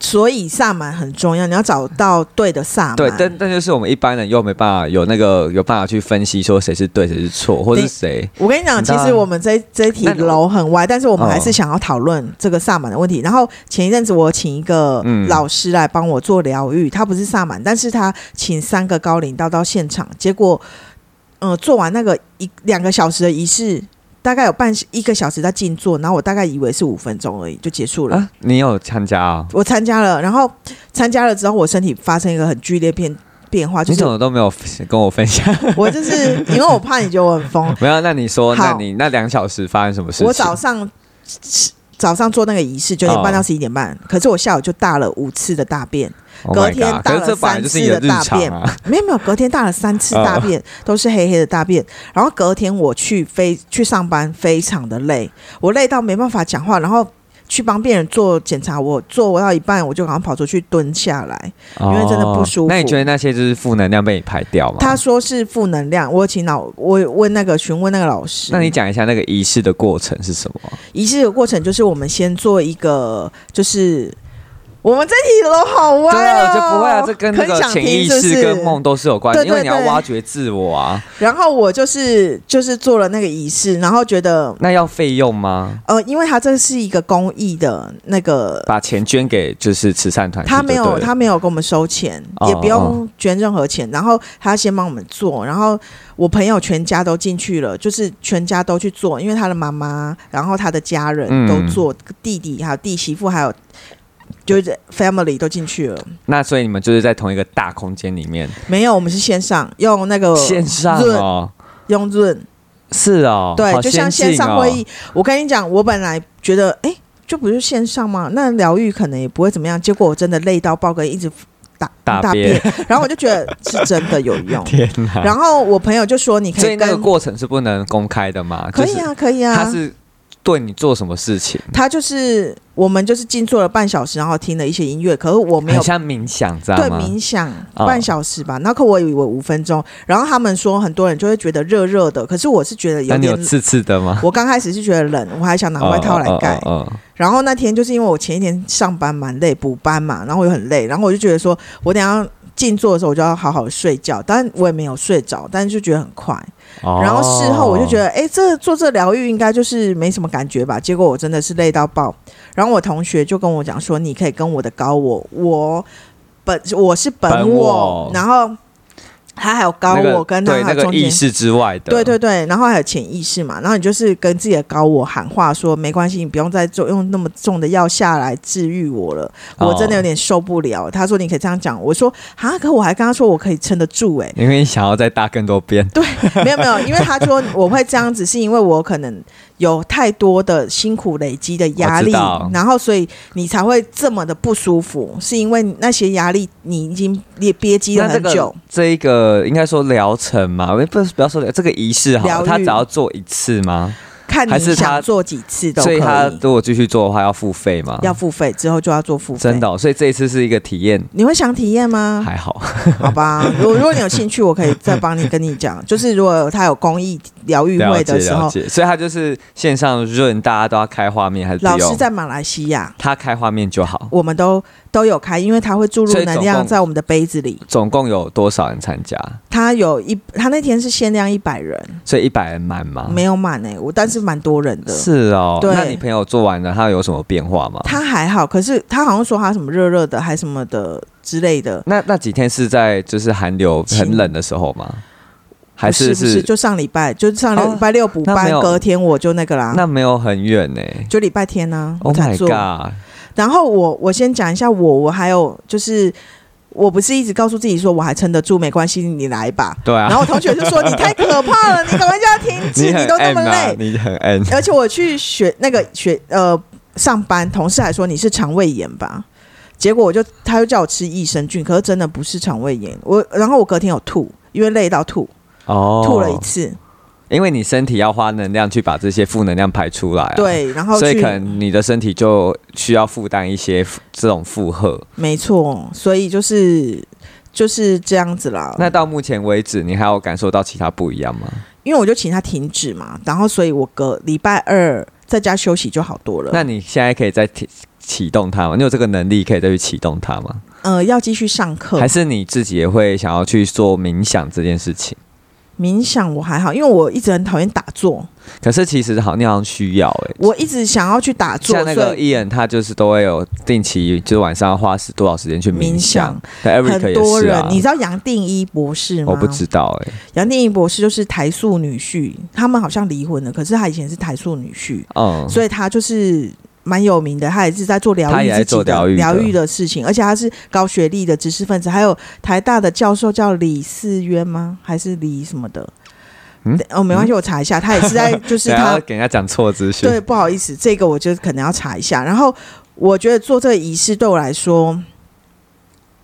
Speaker 1: 所以萨满很重要，你要找到对的萨满。
Speaker 2: 对，但但就是我们一般人又没办法有那个有办法去分析说谁是对谁是错，或是
Speaker 1: 对
Speaker 2: 谁
Speaker 1: 我跟你讲，
Speaker 2: 你知道
Speaker 1: 其
Speaker 2: 啊
Speaker 1: 实我们这这一题
Speaker 2: 那
Speaker 1: 楼很歪，但是我们
Speaker 2: 哦
Speaker 1: 还是想要讨论这个萨满的问题。然后前一阵子我请一个
Speaker 2: 嗯
Speaker 1: 老师来帮我做疗愈，他不是萨满，但是他请三个高领到到现场，结果，呃，做完那个一两个小时的仪式，大概有半一个小时在静坐，然后我大概以为是五分钟而已就结束了。
Speaker 2: 啊，你有参加啊、
Speaker 1: 我参加了，然后参加了之后，我身体发生一个很剧烈变变化，就
Speaker 2: 你
Speaker 1: 是
Speaker 2: 怎么都没有跟我分享？
Speaker 1: 我 就是因为我怕你觉得我很疯，
Speaker 2: 没有，那你说，
Speaker 1: 好
Speaker 2: 那你那两小时发生什么事情？
Speaker 1: 我早上早上做那个仪式九点半
Speaker 2: 哦
Speaker 1: 到十一点半，可是我下午就大了五次的大便，
Speaker 2: Oh
Speaker 1: 隔
Speaker 2: my
Speaker 1: 天
Speaker 2: God，
Speaker 1: 大
Speaker 2: 可是
Speaker 1: 了
Speaker 2: 这本来
Speaker 1: 三
Speaker 2: 就是
Speaker 1: 次
Speaker 2: 你的
Speaker 1: 的
Speaker 2: 日
Speaker 1: 大
Speaker 2: 常
Speaker 1: 便
Speaker 2: 啊。
Speaker 1: 没有没有，隔天大了三次大
Speaker 2: 哦
Speaker 1: 便，都是黑黑的大便。然后隔天我去非去上班，非常的累，我累到没办法讲话，然后。去帮病人做检查，我做到一半我就赶快跑出去蹲下来，因为真的不舒服
Speaker 2: 哦那你觉得那些就是负能量被你排掉吗？
Speaker 1: 他说是负能量，我有请老我问那个询问那个老师，
Speaker 2: 那你讲一下那个仪式的过程是什么？
Speaker 1: 仪式的过程就是我们先做一个，就是我们这题都好歪、哦、
Speaker 2: 对啊，我就不会啊，这跟那
Speaker 1: 很
Speaker 2: 个
Speaker 1: 想
Speaker 2: 潜
Speaker 1: 听
Speaker 2: 意
Speaker 1: 是不
Speaker 2: 识
Speaker 1: 是
Speaker 2: 跟梦都是有关的，
Speaker 1: 对对
Speaker 2: 因为你要
Speaker 1: 对
Speaker 2: 挖掘自我啊。
Speaker 1: 然后我就是就是做了那个仪式，然后觉得
Speaker 2: 那要费用吗？
Speaker 1: 呃，因为它这是一个公益的那个，
Speaker 2: 把钱捐给就是慈善团体就
Speaker 1: 他没
Speaker 2: 对了，
Speaker 1: 有他没有给我们收钱，
Speaker 2: 哦
Speaker 1: 也不用捐任何钱，然后他先帮我们做，然后我朋友全家都进去了，就是全家都去做，因为他的妈妈，然后他的家人
Speaker 2: 嗯
Speaker 1: 都做，弟弟还有弟媳妇还有。就是 family 都进去了。
Speaker 2: 那所以你们就是在同一个大空间里面
Speaker 1: 没有，我们是线上用那个
Speaker 2: 线上
Speaker 1: Zoom
Speaker 2: 哦，
Speaker 1: 用 Zoom，
Speaker 2: 是哦，
Speaker 1: 对，
Speaker 2: 好
Speaker 1: 就像线
Speaker 2: 先进
Speaker 1: 上
Speaker 2: 哦
Speaker 1: 会议。我跟你讲，我本来觉得，哎、这不是线上吗？那疗愈可能也不会怎么样。结果我真的累到爆哥一直打
Speaker 2: 大。
Speaker 1: 便，然后我就觉得是真的有用
Speaker 2: 天哪！
Speaker 1: 然后我朋友就说，你
Speaker 2: 所
Speaker 1: 可
Speaker 2: 以
Speaker 1: 以
Speaker 2: 那个
Speaker 1: 跟
Speaker 2: 过程是不能公开的嘛？
Speaker 1: 可以
Speaker 2: 就是
Speaker 1: 啊，可以啊，
Speaker 2: 他是对你做什么事情？
Speaker 1: 他就是我们就是静坐了半小时，然后听了一些音乐，可是我没
Speaker 2: 很
Speaker 1: 有
Speaker 2: 像冥想，知道
Speaker 1: 对
Speaker 2: 吗？
Speaker 1: 冥想
Speaker 2: 哦
Speaker 1: 半小时吧，那、可我以为五分钟，然后他们说很多人就会觉得热热的，可是我是觉得有
Speaker 2: 那你有
Speaker 1: 点。
Speaker 2: 刺刺的吗？
Speaker 1: 我刚开始是觉得冷，我还想拿外套来盖。
Speaker 2: 哦哦哦哦
Speaker 1: 然后那天就是因为我前一天上班蛮累，补班嘛，然后我又很累，然后我就觉得说，我等一下静坐的时候我就要好好睡觉，但我也没有睡着，但是就觉得很快。
Speaker 2: 哦
Speaker 1: 然后事后我就觉
Speaker 2: 得
Speaker 1: 得，哎、这做这疗愈应该就是没什么感觉吧？结果我真的是累到爆。然后我同学就跟我讲说，你可以跟我的高我，我本我是本
Speaker 2: 本我
Speaker 1: 然后他还有高
Speaker 2: 那个
Speaker 1: 我跟他
Speaker 2: 对
Speaker 1: 还
Speaker 2: 那
Speaker 1: 有
Speaker 2: 个
Speaker 1: 中
Speaker 2: 意
Speaker 1: 间。
Speaker 2: 识之外的，
Speaker 1: 对对对，然后还有潜意识嘛，然后你就是跟自己的高我喊话说，没关系，你不用再做用那么重的药下来治愈我了，我真的有
Speaker 2: 点，
Speaker 1: 点受不了。他说你可以这样讲，我说啊，可我还跟他说我可以撑得住哎、 诶
Speaker 2: 因为你想要再搭更多遍，
Speaker 1: 没有没有，因为他说我会这样子，是因为我可能有太多的辛苦累积的压
Speaker 2: 我知
Speaker 1: 力
Speaker 2: 道，
Speaker 1: 然后所以你才会这么的不舒服，是因为那些压力你已经也憋积了
Speaker 2: 那这
Speaker 1: 很久
Speaker 2: 个。这一个应该说疗程嘛，哎不不不要说疗这个仪式好
Speaker 1: 疗
Speaker 2: 了，
Speaker 1: 愈
Speaker 2: 他只要做一次吗？
Speaker 1: 看
Speaker 2: 还
Speaker 1: 你
Speaker 2: 是他
Speaker 1: 想做几次都可
Speaker 2: 所以他
Speaker 1: 以，
Speaker 2: 如果继续做的话要付费吗？
Speaker 1: 要付费之后就要做付费。啊
Speaker 2: 真的哦，所以这一次是一个体验，
Speaker 1: 你会想体验吗？
Speaker 2: 还好，
Speaker 1: 好吧，如果如果你有兴趣，我可以再帮你跟你 讲。就是如果他有公益疗愈
Speaker 2: 了
Speaker 1: 会
Speaker 2: 解
Speaker 1: 的时
Speaker 2: 了
Speaker 1: 候，
Speaker 2: 解，所以他就是线上润，大家都要开画面还是不
Speaker 1: 老师
Speaker 2: 用？
Speaker 1: 在马来西亚，
Speaker 2: 他开画面就好。
Speaker 1: 我们都都有开，因为他会注入
Speaker 2: 所以
Speaker 1: 能
Speaker 2: 总
Speaker 1: 量
Speaker 2: 共
Speaker 1: 在我们的杯子里。
Speaker 2: 总共有多少人参加？
Speaker 1: 他有一，他那天是限量一百人，
Speaker 2: 所以一百人满吗？
Speaker 1: 没有满哎、我但是蛮多人的。
Speaker 2: 啊是哦，
Speaker 1: 对
Speaker 2: 那你朋友做完了，他有什么变化吗？
Speaker 1: 他还好，可是他好像说他什么热热的，还什么的之类的，
Speaker 2: 那那几天是在就是寒流
Speaker 1: 晴
Speaker 2: 很冷的时候吗？还
Speaker 1: 不
Speaker 2: 是
Speaker 1: 是不就上礼拜，就是上
Speaker 2: 哦
Speaker 1: 礼礼拜六补
Speaker 2: 那没
Speaker 1: 班，
Speaker 2: 有
Speaker 1: 隔天我就那个啦，
Speaker 2: 那没有很远呢、
Speaker 1: 就礼拜天呢、我
Speaker 2: Oh
Speaker 1: 才
Speaker 2: my
Speaker 1: 啊做。
Speaker 2: god！
Speaker 1: 然后我我先讲一下我，我还有就是。我不是一直告诉自己说我还撑得住，没关系，你来吧。
Speaker 2: 对啊
Speaker 1: 然后我同学就说你太可怕了，你赶快叫他停 止，你
Speaker 2: 很
Speaker 1: 都那
Speaker 2: M
Speaker 1: 么
Speaker 2: 啊
Speaker 1: 累，。
Speaker 2: 你很 M，
Speaker 1: 而且我去学那个学呃上班，同事还说你是肠胃炎吧，结果我就他就叫我吃益生菌，可是真的不是肠胃炎。我然后我隔天有吐，因为累到吐，
Speaker 2: 哦，
Speaker 1: 吐了一次，
Speaker 2: 因为你身体要花能量去把这些负能量排出来、啊，，
Speaker 1: 对，然后
Speaker 2: 所以
Speaker 1: 去
Speaker 2: 可能你的身体就需要负担一些这种负荷。
Speaker 1: 没错，所以就是就是这样子啦。
Speaker 2: 那到目前为止，你还有感受到其他不一样吗？
Speaker 1: 因为我就请他停止嘛，然后所以我隔礼拜二在家休息就好多了。
Speaker 2: 呃那你现在可以再启启动它吗？你有这个能力可以再去启动它吗？
Speaker 1: 呃，要继续上课
Speaker 2: 还，是你自己也会想要去做冥想这件事情？
Speaker 1: 冥想我还好，因为我一直很讨厌打坐，
Speaker 2: 可是其实好，你好像需要哎、
Speaker 1: 我一直想要去打坐，
Speaker 2: 像那
Speaker 1: 所
Speaker 2: 个
Speaker 1: 以
Speaker 2: 艺人，他就是都会有定期，就是晚上要花是多少时间去冥
Speaker 1: 冥
Speaker 2: 想
Speaker 1: 想。
Speaker 2: 对，Eric
Speaker 1: 很多
Speaker 2: 也是
Speaker 1: 人，
Speaker 2: 啊
Speaker 1: 你。知道杨定一博士吗？
Speaker 2: 我不知道哎、
Speaker 1: 杨定一博士就是台塑女婿，他们好像离婚了，可是他以前是台塑女婿，
Speaker 2: 嗯，
Speaker 1: 所以他就是蛮有名的。他也是在做疗
Speaker 2: 他
Speaker 1: 愈
Speaker 2: 也在
Speaker 1: 自己
Speaker 2: 做疗
Speaker 1: 的
Speaker 2: 愈的
Speaker 1: 疗愈的事情，而且他是高学历的知识分子，还有台大的教授叫李四渊吗？还是李什么的？
Speaker 2: 嗯
Speaker 1: 哦，没关系，我查一下，他也是在就是
Speaker 2: 等一下
Speaker 1: 他
Speaker 2: 要给人家讲错资讯。
Speaker 1: 对，不好意思，这个我就可能要查一下。然后我觉得做这个仪式对我来说，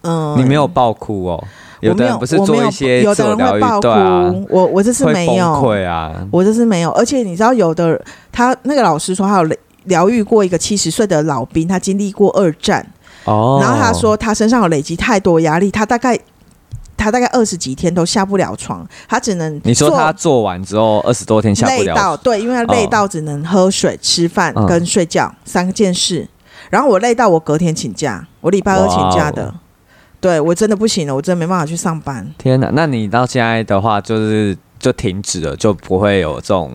Speaker 1: 嗯、
Speaker 2: 你没有爆哭哦。
Speaker 1: 我
Speaker 2: 的
Speaker 1: 没
Speaker 2: 人
Speaker 1: 有，
Speaker 2: 不是
Speaker 1: 我没
Speaker 2: 做
Speaker 1: 有
Speaker 2: 一些
Speaker 1: 有
Speaker 2: 自
Speaker 1: 的
Speaker 2: 我
Speaker 1: 人
Speaker 2: 疗
Speaker 1: 会
Speaker 2: 愈
Speaker 1: 爆，哭，
Speaker 2: 对啊，
Speaker 1: 我我这次
Speaker 2: 会
Speaker 1: 没
Speaker 2: 崩
Speaker 1: 有，
Speaker 2: 溃啊。
Speaker 1: 我这次没有。而且你知道，有的他那个老师说，他有疗愈过一个七十岁的老兵，他经历过二战，
Speaker 2: 哦，
Speaker 1: 然后他说他身上有累积太多压力，他大概他大概二十几天都下不了床，他只能
Speaker 2: 你说
Speaker 1: 坐
Speaker 2: 他做完之后二十多天下不
Speaker 1: 累
Speaker 2: 了
Speaker 1: 到，对，因为他累
Speaker 2: 哦
Speaker 1: 到只能喝水、吃饭
Speaker 2: 嗯
Speaker 1: 跟睡觉、三件事。然后我累到我隔天请假，我礼拜二请假
Speaker 2: 哇哦
Speaker 1: 的。对我真的不行了，我真的没办法去上班。
Speaker 2: 天哪！那你到现在的话，就是就停止了，就不会有这种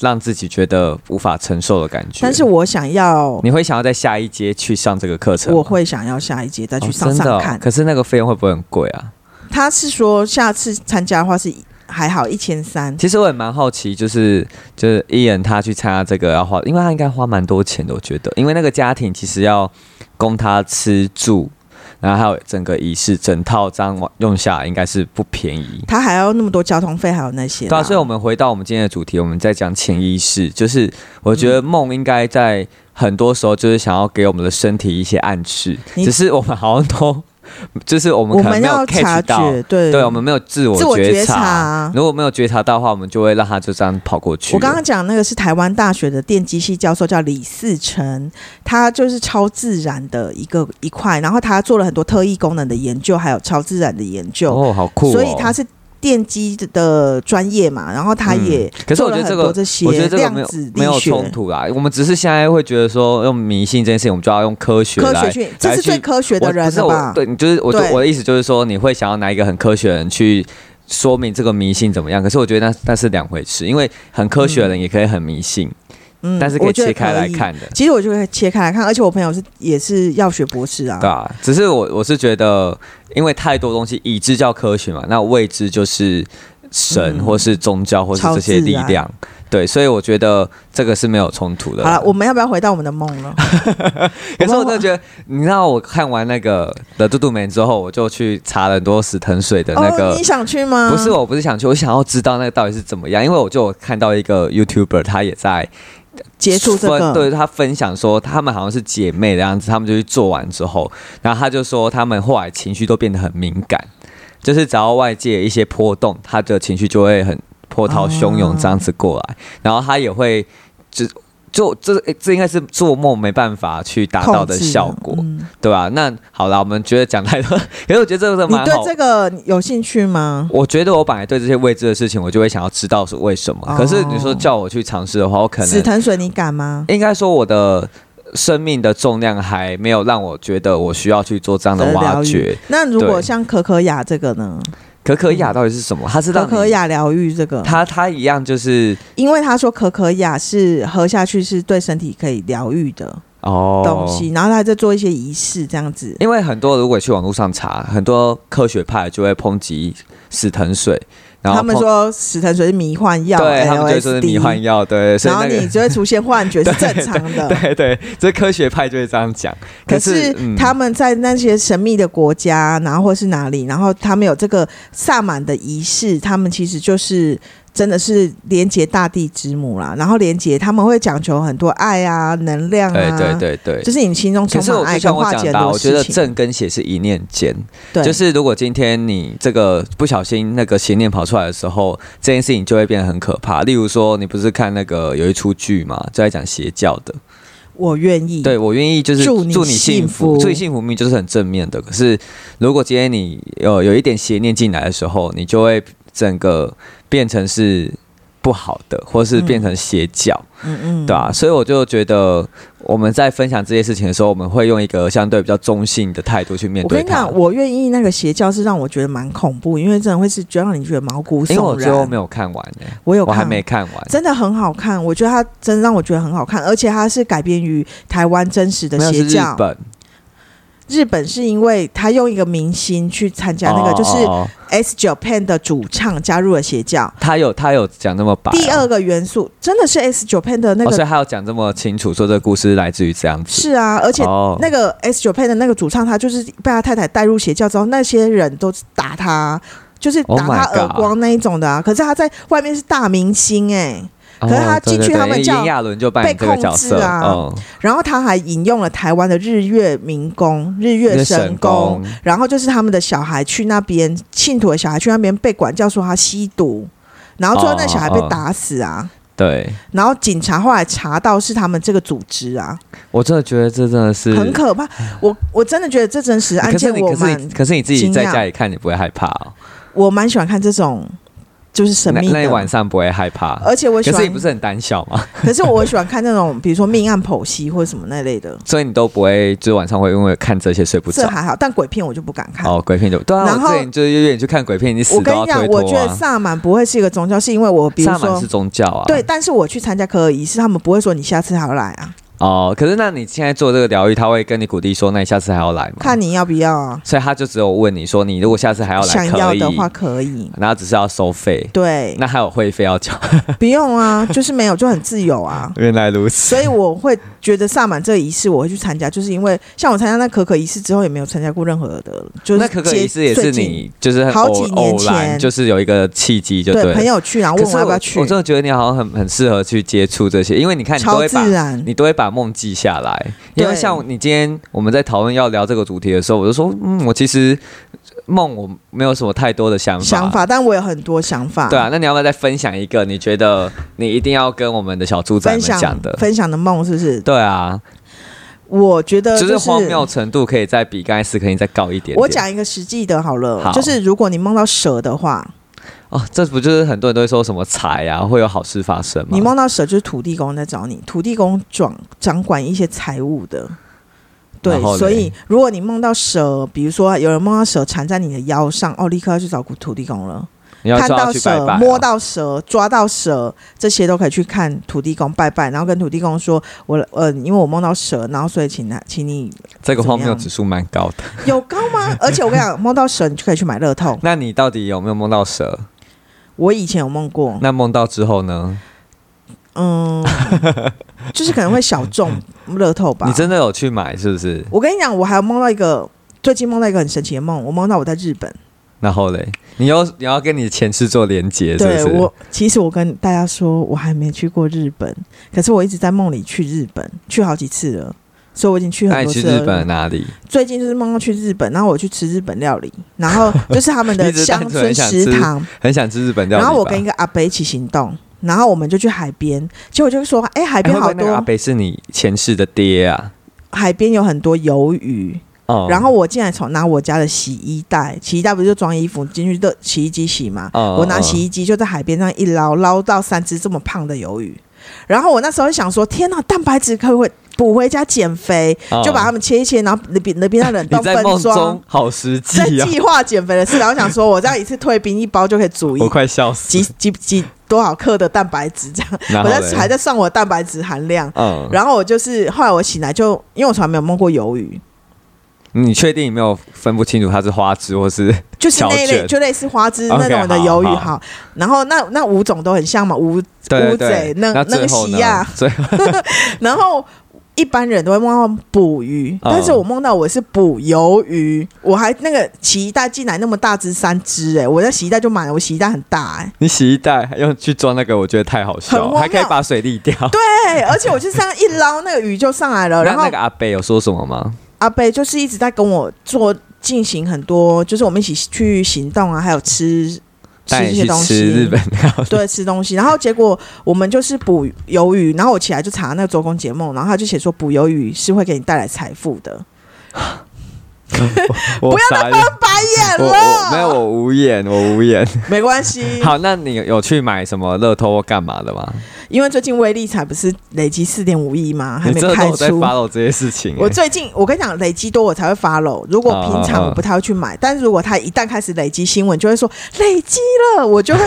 Speaker 2: 让自己觉得无法承受的感觉。
Speaker 1: 但是我想要，
Speaker 2: 你会想要在下一阶去上这个课程吗？
Speaker 1: 我会想要下一节再
Speaker 2: 哦
Speaker 1: 去上
Speaker 2: 真的
Speaker 1: 上
Speaker 2: 哦
Speaker 1: 看。
Speaker 2: 可是那个费用会不会很贵啊？
Speaker 1: 他是说下次参加的话是还好，一千三。
Speaker 2: 其实我也蛮好奇，就是就是伊人他去参加这个要花，因为他应该花蛮多钱的，我觉得，因为那个家庭其实要供他吃住，然后还有整个仪式，整套这样用下来应该是不便宜。
Speaker 1: 他还要那么多交通费，还有那些啦。
Speaker 2: 对啊，所以我们回到我们今天的主题，我们在讲潜意识，就是我觉得梦应该在很多时候就是想要给我们的身体一些暗示，
Speaker 1: 你
Speaker 2: 只是我们好像都 就是我们
Speaker 1: 我
Speaker 2: 可能
Speaker 1: 们
Speaker 2: 没有
Speaker 1: 要察
Speaker 2: catch 到。
Speaker 1: 觉，对
Speaker 2: 对，我们没有自我
Speaker 1: 自我觉
Speaker 2: 察。
Speaker 1: 察。
Speaker 2: 如果没有觉察到的话，我们就会让他就这样跑过去了。
Speaker 1: 我刚刚讲那个是台湾大学的电机系教授，叫李四成，他就是超自然的一个一块，然后他做了很多特异功能的研究，还有超自然的研究，
Speaker 2: 哦，好酷、哦！
Speaker 1: 所以他是电机的专业嘛，然后他也
Speaker 2: 嗯可是
Speaker 1: 做
Speaker 2: 我
Speaker 1: 了
Speaker 2: 觉得
Speaker 1: 很
Speaker 2: 这
Speaker 1: 多
Speaker 2: 个，
Speaker 1: 这些
Speaker 2: 我觉得这个
Speaker 1: 量
Speaker 2: 没有
Speaker 1: 子力
Speaker 2: 没有
Speaker 1: 学、
Speaker 2: 冲突啦。我们只是现在会觉得说，用迷信这件事情，我们就要用科学
Speaker 1: 科
Speaker 2: 来。
Speaker 1: 学去，这
Speaker 2: 来
Speaker 1: 是最
Speaker 2: 去
Speaker 1: 科学的
Speaker 2: 我不
Speaker 1: 人
Speaker 2: 是
Speaker 1: 了吧
Speaker 2: 我，？对你就是我
Speaker 1: 对
Speaker 2: 我的意思就是说，你会想要拿一个很科学的人去说明这个迷信怎么样？可是我觉得那那是两回事，因为很科学的人也可以很迷信，
Speaker 1: 嗯
Speaker 2: 但是可以
Speaker 1: 我觉得
Speaker 2: 切开来
Speaker 1: 可以
Speaker 2: 看的。
Speaker 1: 其实我就会切开来看，而且我朋友是也是药学博士啊，
Speaker 2: 对啊，只是我我是觉得，因为太多东西已知叫科学嘛，那未知就是神、
Speaker 1: 嗯
Speaker 2: 或是宗教或是
Speaker 1: 超
Speaker 2: 这
Speaker 1: 自
Speaker 2: 些力
Speaker 1: 然
Speaker 2: 量。对，所以我觉得这个是没有冲突的。
Speaker 1: 好了，我们要不要回到我们的梦了？
Speaker 2: 可是我真的觉得，你知道我看完那个《的杜杜梅》之后，我就去查了很多死藤水的那个。
Speaker 1: 哦，你想去吗？
Speaker 2: 不是，我不是想去，我想要知道那个到底是怎么样，因为我就有看到一个 YouTuber，他也在
Speaker 1: 接触这
Speaker 2: 分
Speaker 1: 个，
Speaker 2: 对他分享说，他们好像是姐妹的样子，他们就去做完之后，然后他就说，他们后来情绪都变得很敏感，就是只要外界一些波动，他的情绪就会很波涛汹涌这样子过来，
Speaker 1: 嗯
Speaker 2: 然后他也会就就这这应该是做梦没办法去达到的
Speaker 1: 控制啊
Speaker 2: 效果，
Speaker 1: 嗯
Speaker 2: 对吧、那好啦，我们觉得讲太多， 可是我觉得这个是
Speaker 1: 你
Speaker 2: 蛮
Speaker 1: 对
Speaker 2: 好
Speaker 1: 这个有兴趣吗？
Speaker 2: 我觉得我本来对这些未知的事情，我就会想要知道是为什么。
Speaker 1: 哦
Speaker 2: 可是你说叫我去尝试的话，我可
Speaker 1: 死
Speaker 2: 能
Speaker 1: 藤水你敢吗？
Speaker 2: 应该说我的生命的重量还没有让我觉得我需要去做这样的挖
Speaker 1: 疗愈
Speaker 2: 掘。。
Speaker 1: 那如果
Speaker 2: 对
Speaker 1: 像可可雅这个呢？
Speaker 2: 可可雅到底是什么？它是让
Speaker 1: 嗯可
Speaker 2: 你
Speaker 1: 可，雅疗愈这个，
Speaker 2: 它它一样就是
Speaker 1: 因为他说可可雅是喝下去是对身体可以疗愈的
Speaker 2: 哦
Speaker 1: 东西，然后他还在做一些仪式这样子。
Speaker 2: 因为很多如果去网络上查，很多科学派就会抨击死藤水，然后
Speaker 1: 他们
Speaker 2: 抨
Speaker 1: 说死藤水是迷幻药，哎
Speaker 2: 对他们就会说是
Speaker 1: LSD
Speaker 2: 迷幻药，对，所以
Speaker 1: 然后
Speaker 2: 那
Speaker 1: 你
Speaker 2: 个。
Speaker 1: 就会出现幻觉是正常的。
Speaker 2: 对对，这科学派就会这样讲。
Speaker 1: 可
Speaker 2: 是
Speaker 1: 是
Speaker 2: 嗯
Speaker 1: 他们在那些神秘的国家，然后或是哪里，然后他们有这个萨满的仪式，他们其实就是真的是连接大地之母啦，然后连接他们会讲求很多爱啊、能量
Speaker 2: 对
Speaker 1: 啊，
Speaker 2: 对对对，
Speaker 1: 就是你心中
Speaker 2: 可
Speaker 1: 充
Speaker 2: 是
Speaker 1: 满
Speaker 2: 我就
Speaker 1: 爱跟
Speaker 2: 像我
Speaker 1: 化
Speaker 2: 讲
Speaker 1: 解
Speaker 2: 的
Speaker 1: 很
Speaker 2: 啊，
Speaker 1: 多
Speaker 2: 我觉
Speaker 1: 事
Speaker 2: 得
Speaker 1: 情，
Speaker 2: 正跟邪是一念间，
Speaker 1: 对，
Speaker 2: 就是如果今天你这个不小心那个邪念跑出来的时候，这件事情就会变得很可怕。例如说，你不是看那个有一出剧嘛，就在讲邪教的，
Speaker 1: 我愿意。
Speaker 2: 对我愿意就是
Speaker 1: 嗯祝你
Speaker 2: 幸
Speaker 1: 幸福
Speaker 2: 祝你幸福命就是很正面的。可是如果今天你呃有有一点邪念进来的时候，你就会整个变成是不好的，或是变成邪教。
Speaker 1: 嗯嗯，
Speaker 2: 对啊，所以我就觉得我们在分享这些事情的时候，我们会用一个相对比较中性的态度去面
Speaker 1: 我
Speaker 2: 对
Speaker 1: 跟你
Speaker 2: 它
Speaker 1: 讲，。我愿意那个邪教是让我觉得蛮恐怖，因为真的会是觉得让你觉得毛骨
Speaker 2: 因为我
Speaker 1: 悚
Speaker 2: 最
Speaker 1: 然。
Speaker 2: 后没有看完、欸，
Speaker 1: 我有
Speaker 2: 我
Speaker 1: 看，
Speaker 2: 还没看完。
Speaker 1: 真的很好看，我觉得它真的让我觉得很好看，而且它是改编于台湾真实的
Speaker 2: 没有
Speaker 1: 邪
Speaker 2: 是日
Speaker 1: 教。
Speaker 2: 本
Speaker 1: 日本是因为他用一个明星去参加那个，
Speaker 2: 哦
Speaker 1: 就是
Speaker 2: 哦哦
Speaker 1: S Japan 的主唱加入了邪教。
Speaker 2: 他有他有讲那么白、啊
Speaker 1: 第二个元素真的是 S Japan 的那
Speaker 2: 哦，所
Speaker 1: 个，
Speaker 2: 以他有讲这么清楚，说这个故事来自于这样子。
Speaker 1: 是啊，而且
Speaker 2: 哦
Speaker 1: 那个 S Japan 的那个主唱，他就是被他太太带入邪教之后，那些人都是打他。就是
Speaker 2: Oh
Speaker 1: 打他
Speaker 2: my God
Speaker 1: 耳光那一种的啊可是他在外面是大明星哎、
Speaker 2: 哦
Speaker 1: 可是他进去
Speaker 2: 对对对
Speaker 1: 他们
Speaker 2: 因为
Speaker 1: 叫
Speaker 2: 炎亚纶就扮演这个角
Speaker 1: 被
Speaker 2: 色，
Speaker 1: 控制啊
Speaker 2: 嗯，
Speaker 1: 然后他还引用了台湾的日月民工、日
Speaker 2: 因
Speaker 1: 月
Speaker 2: 为
Speaker 1: 神
Speaker 2: 功
Speaker 1: 工，，然后就是他们的小孩去那边，信徒的小孩去那边被管教说他吸毒，然后最后那小孩被打死啊。
Speaker 2: 哦对
Speaker 1: 然后警察后来查到是他们这个组织啊，
Speaker 2: 我真的觉得这真的是哎
Speaker 1: 很可怕。我我真的觉得这真实案
Speaker 2: 可是
Speaker 1: 件
Speaker 2: 你
Speaker 1: 我
Speaker 2: 可是你
Speaker 1: 蛮
Speaker 2: 可是你自己
Speaker 1: 惊
Speaker 2: 在
Speaker 1: 讶
Speaker 2: 家里看，你不会害怕哦。
Speaker 1: 我蛮喜欢看这种就是神
Speaker 2: 那
Speaker 1: 秘
Speaker 2: 那你晚
Speaker 1: 的，
Speaker 2: 上不会害怕？
Speaker 1: 而且我喜
Speaker 2: 可
Speaker 1: 欢
Speaker 2: 是你不是很胆小吗？
Speaker 1: 可是我喜欢看那种比如说命案剖析或者什么那类的，
Speaker 2: 所以你都不会，就是晚上会因为看这些睡不
Speaker 1: 这
Speaker 2: 着。
Speaker 1: 还好，但鬼片我就不敢看。
Speaker 2: 哦，鬼片就对啊，
Speaker 1: 然后
Speaker 2: 我之前就是有点去看鬼片，你死
Speaker 1: 我
Speaker 2: 都
Speaker 1: 跟
Speaker 2: 要
Speaker 1: 你
Speaker 2: 推
Speaker 1: 讲，
Speaker 2: 脱
Speaker 1: 我觉得
Speaker 2: 啊。
Speaker 1: 萨满不会是一个宗教，是因为我比如
Speaker 2: 萨满
Speaker 1: 说
Speaker 2: 是宗教啊，
Speaker 1: 对，但是我去参加可尔仪式，他们不会说你下次还要来啊。
Speaker 2: 哦，可是那你现在做这个疗愈，他会跟你鼓励说，那你下次还要来吗？
Speaker 1: 看你要不要啊。
Speaker 2: 所以他就只有问你说，你如果下次还要来，
Speaker 1: 想要
Speaker 2: 可以
Speaker 1: 的话可以，
Speaker 2: 然后只是要收费，
Speaker 1: 对，
Speaker 2: 那还有会费要交。
Speaker 1: 不用啊， 就是没有就很自由啊。
Speaker 2: 原来如此，
Speaker 1: 所以我会觉得萨满这个仪式我会去参加，就是因为像我参加那可可仪式之后，也没有参加过任何的，就是
Speaker 2: 那可可
Speaker 1: 接
Speaker 2: 仪式也是
Speaker 1: 最近
Speaker 2: 你就是很
Speaker 1: 好
Speaker 2: 偶
Speaker 1: 几年
Speaker 2: 偶然，
Speaker 1: 前
Speaker 2: 就是有一个契机就
Speaker 1: 对
Speaker 2: 了
Speaker 1: 朋。友去，然后
Speaker 2: 可
Speaker 1: 问
Speaker 2: 是
Speaker 1: 我要不要去
Speaker 2: 我，真的觉得你好像很很适合去接触这些，因为你看你都
Speaker 1: 超
Speaker 2: 会把
Speaker 1: 自然。
Speaker 2: 你都会把梦记下来。因为
Speaker 1: 对
Speaker 2: 像你今天我们在讨论要聊这个主题的时候，我就说，嗯，我其实梦我没有什么太多的想法。
Speaker 1: 想法，但我有很多想法。
Speaker 2: 对啊，那你要不要再分享一个你觉得你一定要跟我们的小猪仔
Speaker 1: 分
Speaker 2: 们
Speaker 1: 享
Speaker 2: 讲的？
Speaker 1: 分享的梦是不是？
Speaker 2: 对啊，
Speaker 1: 我觉得
Speaker 2: 就是
Speaker 1: 呃是
Speaker 2: 荒谬程度可以再比刚才斯克林再高一点点。
Speaker 1: 我讲一个实际的好了，
Speaker 2: 好
Speaker 1: 就是如果你梦到蛇的话，
Speaker 2: 哦，这不就是很多人都会说什么财啊，会有好事发生吗？
Speaker 1: 你梦到蛇就是土地公在找你，土地公掌掌管一些财务的。对
Speaker 2: 然后，嘞
Speaker 1: 所以如果你梦到蛇，比如说有人梦到蛇缠在你的腰上，哦，立刻要去找土地公了。
Speaker 2: 你要
Speaker 1: 看
Speaker 2: 说
Speaker 1: 到
Speaker 2: 要去
Speaker 1: 蛇、
Speaker 2: 拜拜、啊，
Speaker 1: 摸到蛇、抓到蛇，这些都可以去看土地公拜拜，然后跟土地公说：“我呃，因为我梦到蛇，然后所以请他，请你
Speaker 2: 这个
Speaker 1: 怎么
Speaker 2: 荒谬
Speaker 1: 样
Speaker 2: 指数蛮高的。
Speaker 1: 有高 吗？而且我跟你讲，梦到蛇你就可以去买乐透。
Speaker 2: 那你到底有没有梦到蛇？
Speaker 1: 我以前有梦过，
Speaker 2: 那梦到之后呢？
Speaker 1: 嗯，就是可能会小 中乐透吧。
Speaker 2: 你真的有去买是不是？
Speaker 1: 我跟你讲，我还有梦到一个，最近梦到一个很神奇的梦，我梦到我在日本。
Speaker 2: 然后嘞，你又你要跟你的前世做连接，是不
Speaker 1: 对
Speaker 2: 是？
Speaker 1: 我，其实我跟大家说，我还没去过日本，可是我一直在梦里去日本，去好几次了，所以我已经去
Speaker 2: 那
Speaker 1: 很
Speaker 2: 你
Speaker 1: 多
Speaker 2: 哎去
Speaker 1: 次
Speaker 2: 日
Speaker 1: 了。
Speaker 2: 本哪里？
Speaker 1: 最近就是梦到去日本，然后我去吃日本料理，然后就是他们
Speaker 2: 你
Speaker 1: 的
Speaker 2: 只是
Speaker 1: 乡
Speaker 2: 单纯
Speaker 1: 村
Speaker 2: 想
Speaker 1: 食
Speaker 2: 吃
Speaker 1: 堂，
Speaker 2: 很想吃日本料理
Speaker 1: 然
Speaker 2: 吧。
Speaker 1: 后我跟一个阿伯一起行动，然后我们就去海边，结果就说，哎、海
Speaker 2: 哎
Speaker 1: 边
Speaker 2: 会不
Speaker 1: 好
Speaker 2: 会那
Speaker 1: 多，
Speaker 2: 个阿北是你前世的爹啊？
Speaker 1: 海边有很多鱿鱼。
Speaker 2: 哦，
Speaker 1: 然后我竟然从拿我家的洗衣袋，洗衣袋不是就装衣服进去的洗衣机洗嘛？
Speaker 2: 嗯
Speaker 1: 我拿洗衣机就在海边上一捞，捞到三只这么胖的鱿鱼。然后我那时候就想说，天呐，蛋白质可不可以补回家减肥？
Speaker 2: 嗯
Speaker 1: 就把它们切一切，然后冷冰冷冰在冷
Speaker 2: 你
Speaker 1: 冻
Speaker 2: 在
Speaker 1: 分
Speaker 2: 梦
Speaker 1: 装
Speaker 2: 中。好实际
Speaker 1: 在
Speaker 2: 啊！
Speaker 1: 计划减肥的事，然后想说，我这样一次退冰一包就可以煮一
Speaker 2: 我快笑死。
Speaker 1: 几几几多少克的蛋白质，这样
Speaker 2: 然
Speaker 1: 我
Speaker 2: 后
Speaker 1: 在
Speaker 2: 嘞
Speaker 1: 还在算我的蛋白质含量。
Speaker 2: 嗯，
Speaker 1: 然后我就是后来我醒来就，因为我从来没有梦过鱿鱼，
Speaker 2: 你确定你没有分不清楚它是花枝 或是
Speaker 1: 就是那一
Speaker 2: 小
Speaker 1: 类
Speaker 2: 卷
Speaker 1: 就类似花枝
Speaker 2: OK，
Speaker 1: 那种的鱿鱼
Speaker 2: 好好
Speaker 1: 好。然后那那五种都很像嘛，五
Speaker 2: 对对对
Speaker 1: 贼那那
Speaker 2: 那
Speaker 1: 个
Speaker 2: 最后
Speaker 1: 喜
Speaker 2: 呢
Speaker 1: 亚
Speaker 2: 最
Speaker 1: 然后。一般人都会梦到捕鱼，
Speaker 2: 嗯
Speaker 1: 但是我梦到我是捕鱿鱼，我还那个洗衣袋进来那么大只三只哎、我在洗衣袋就买了，我洗衣袋很大哎、
Speaker 2: 你洗衣袋用去装那个，我觉得太好笑
Speaker 1: 很荒
Speaker 2: 了，
Speaker 1: 谬
Speaker 2: 还可以把 水沥掉。对，
Speaker 1: 对，而且我就这样一捞，那个鱼就上来了。
Speaker 2: 那
Speaker 1: 然后
Speaker 2: 那个啊阿北有说什么吗？
Speaker 1: 阿贝就是一直在跟我做进行很多，就是我们一起去行动啊，还有吃吃
Speaker 2: 带
Speaker 1: 这
Speaker 2: 你
Speaker 1: 些
Speaker 2: 去
Speaker 1: 东
Speaker 2: 吃
Speaker 1: 西，
Speaker 2: 日本料 理。
Speaker 1: 对吃东西。然后结果我们就是捕鱿鱼，然后我起来就查那个周公解梦，然后他就写说捕鱿鱼是会给你带来财富的。
Speaker 2: 不要再
Speaker 1: 白眼
Speaker 2: 我
Speaker 1: 了，
Speaker 2: 我没有，我无言，我 无言。
Speaker 1: 没关系。
Speaker 2: 好，那你有去买什么乐透或干嘛的吗？
Speaker 1: 因为最近威力才不是累积四点五亿吗？还
Speaker 2: 你
Speaker 1: 没
Speaker 2: 真的都
Speaker 1: 开
Speaker 2: 有在
Speaker 1: 出。
Speaker 2: follow 这些事情、欸。
Speaker 1: 我最近我跟你讲，累积多我才会 follow。如果平常我不太会去买，但是如果他一旦开始累积新闻，就会说累积了，我就会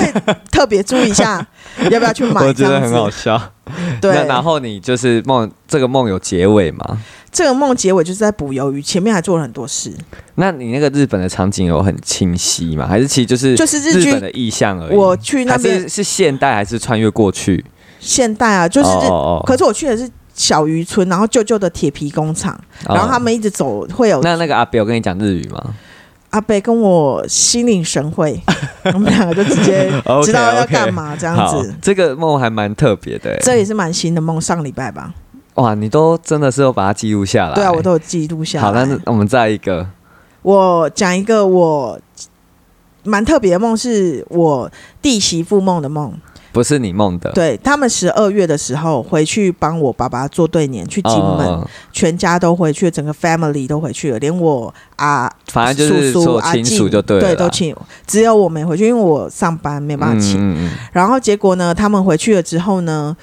Speaker 1: 特别注意一 下要不要去买。
Speaker 2: 我觉
Speaker 1: 这
Speaker 2: 得
Speaker 1: 样
Speaker 2: 很
Speaker 1: 子
Speaker 2: 好笑。那
Speaker 1: 对，
Speaker 2: 然后你就是梦，这个梦有结尾吗？
Speaker 1: 这个梦结尾就是在捕鱿鱼，前面还做了很多事。
Speaker 2: 那你那个日本的场景有很清晰吗？还是其实就是
Speaker 1: 就是日
Speaker 2: 日
Speaker 1: 剧
Speaker 2: 本的意象而已？
Speaker 1: 我去那
Speaker 2: 还
Speaker 1: 边
Speaker 2: 是是现代还是穿越过去？
Speaker 1: 现代啊，就是日，
Speaker 2: 哦哦
Speaker 1: 可是我去的是小渔村，然后旧旧的铁皮工厂，
Speaker 2: 哦
Speaker 1: 然后他们一直走会有
Speaker 2: 那那个阿北有跟你讲日语吗？
Speaker 1: 阿贝跟我心领神 会，我们两个就直接
Speaker 2: OK，
Speaker 1: 知道要干嘛这样
Speaker 2: 好
Speaker 1: 子。，
Speaker 2: 这个梦还蛮特别的、欸。
Speaker 1: 这也是蛮新的梦，上礼拜吧？
Speaker 2: 哇，你都真的是有把它记录下来。
Speaker 1: 对啊，我都有记录下来。
Speaker 2: 好，那那我们再一个，
Speaker 1: 我讲一个我蛮特别的梦，是我弟媳妇梦的梦。
Speaker 2: 不是你梦的。
Speaker 1: 对他们十二月的时候回去帮我爸爸做对联，去
Speaker 2: 嗯，
Speaker 1: 金门，
Speaker 2: 嗯嗯
Speaker 1: 全家都回去，整个 family 都回去了，连我啊
Speaker 2: 反正就是
Speaker 1: 叔叔
Speaker 2: 说
Speaker 1: 阿
Speaker 2: 亲属
Speaker 1: 静
Speaker 2: 就对了啦。
Speaker 1: 对都请，只有我没回去，因为我上班没办法请。
Speaker 2: 嗯嗯嗯
Speaker 1: 然后结果呢，他们回去了之后呢，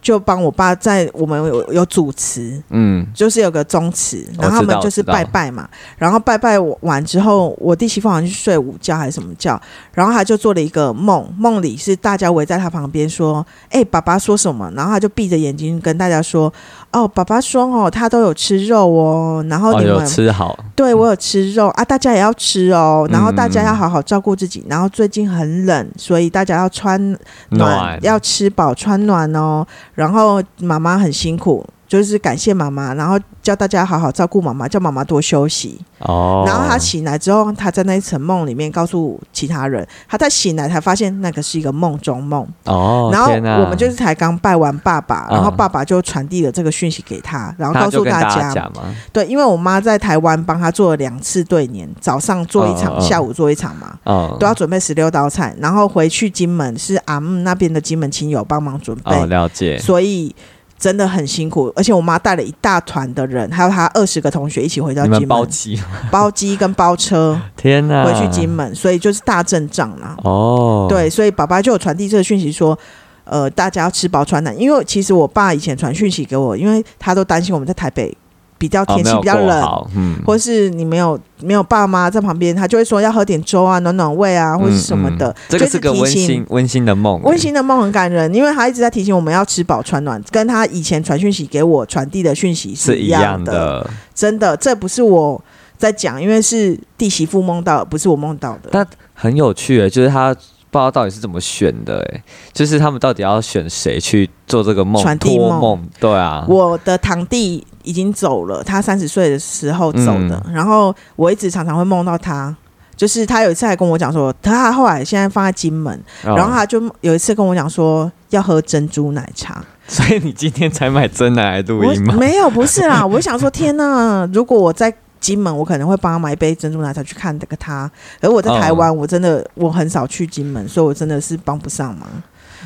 Speaker 1: 就帮我爸在我们有有主持，
Speaker 2: 嗯，
Speaker 1: 就是有个宗祠，
Speaker 2: 我
Speaker 1: 然后他
Speaker 2: 哦知道
Speaker 1: 们就是
Speaker 2: 知道
Speaker 1: 拜拜嘛，然后拜拜完之后，我弟媳妇好像去睡午觉还是什么觉，然后他就做了一个梦，梦里是大家围在他旁边说：“哎、爸爸说什么？”然后他就闭着眼睛跟大家说：“哦，爸爸说哦，他都有吃肉哦，然后
Speaker 2: 哦，
Speaker 1: 你们、
Speaker 2: 有吃好，
Speaker 1: 对我有吃肉啊，大家也要吃哦，然后大家
Speaker 2: 嗯
Speaker 1: 要好好照顾自己，然后最近很冷，所以大家要穿
Speaker 2: 暖，
Speaker 1: 要吃饱穿暖哦。然后妈妈很辛苦，就是感谢妈妈，然后叫大家好好照顾妈妈，叫妈妈多休息。
Speaker 2: 哦，
Speaker 1: 然后他醒来之后，他在那一层梦里面告诉其他人，他在醒来才发现那个是一个梦中梦。
Speaker 2: 哦，
Speaker 1: 然后
Speaker 2: 天哪
Speaker 1: 我们就是才刚拜完爸爸，
Speaker 2: 嗯
Speaker 1: 然后爸爸就传递了这个讯息给他，然后
Speaker 2: 他
Speaker 1: 告
Speaker 2: 就
Speaker 1: 诉
Speaker 2: 跟
Speaker 1: 大
Speaker 2: 大
Speaker 1: 家，
Speaker 2: 讲嘛，
Speaker 1: 对，因为我妈在台湾帮他做了两次对联，早上做一场，
Speaker 2: 嗯嗯嗯
Speaker 1: 下午做一场嘛。
Speaker 2: 嗯，
Speaker 1: 都要准备十六道菜，然后回去金门是阿姆那边的金门亲友帮忙准备，
Speaker 2: 哦，了解，
Speaker 1: 哎所以真的很辛苦。而且我妈带了一大团的人，还有她二十个同学一起回到
Speaker 2: 你
Speaker 1: 金
Speaker 2: 们包
Speaker 1: 门，
Speaker 2: 机，
Speaker 1: 包机跟包 车
Speaker 2: 天哪，
Speaker 1: 回去金门，所以就是大阵仗啦。
Speaker 2: 哦，，
Speaker 1: 对，所以爸爸就有传递这个讯息说。呃，大家要吃饱穿暖，因为其实我爸以前传讯息给我，因为他都担心我们在台北比较
Speaker 2: 哦，
Speaker 1: 天
Speaker 2: 没
Speaker 1: 气
Speaker 2: 有
Speaker 1: 比较
Speaker 2: 够
Speaker 1: 冷，
Speaker 2: 好，嗯，
Speaker 1: 或是你没有没有爸妈在旁边，他就会说要喝点粥啊，暖暖胃啊，或是什么的。
Speaker 2: 嗯嗯这个
Speaker 1: 就是
Speaker 2: 个
Speaker 1: 提
Speaker 2: 温
Speaker 1: 醒
Speaker 2: 馨温馨的梦，
Speaker 1: 温馨的梦很感人，因为他一直在提醒我们要吃饱穿暖，跟他以前传讯息给我传递的讯息
Speaker 2: 哎是
Speaker 1: 一
Speaker 2: 一
Speaker 1: 样
Speaker 2: 样
Speaker 1: 的。
Speaker 2: 的。
Speaker 1: 真的，这不是我在讲，因为是弟媳妇梦到，不是我梦到的。
Speaker 2: 但很有趣诶，就是他不知道到底是怎么选的诶，就是他们到底要选谁去做这个梦
Speaker 1: 传递
Speaker 2: 托
Speaker 1: 梦
Speaker 2: 梦？对啊，
Speaker 1: 我的堂弟已经走了，他三十岁的时候走的，
Speaker 2: 嗯
Speaker 1: 然后我一直常常会梦到他。就是他有一次还跟我讲说，他后来现在放在金门，
Speaker 2: 哦
Speaker 1: 然后他就有一次跟我讲说要喝珍珠奶茶，
Speaker 2: 所以你今天才买真奶来录
Speaker 1: 我
Speaker 2: 音吗？
Speaker 1: 没有，不是 啦，我想说，天呐，如果我在金门，我可能会帮他买一杯珍珠奶茶去看这个他。而我在
Speaker 2: 哦
Speaker 1: 台湾，我真的我很少去金门，所以我真的是帮不上忙。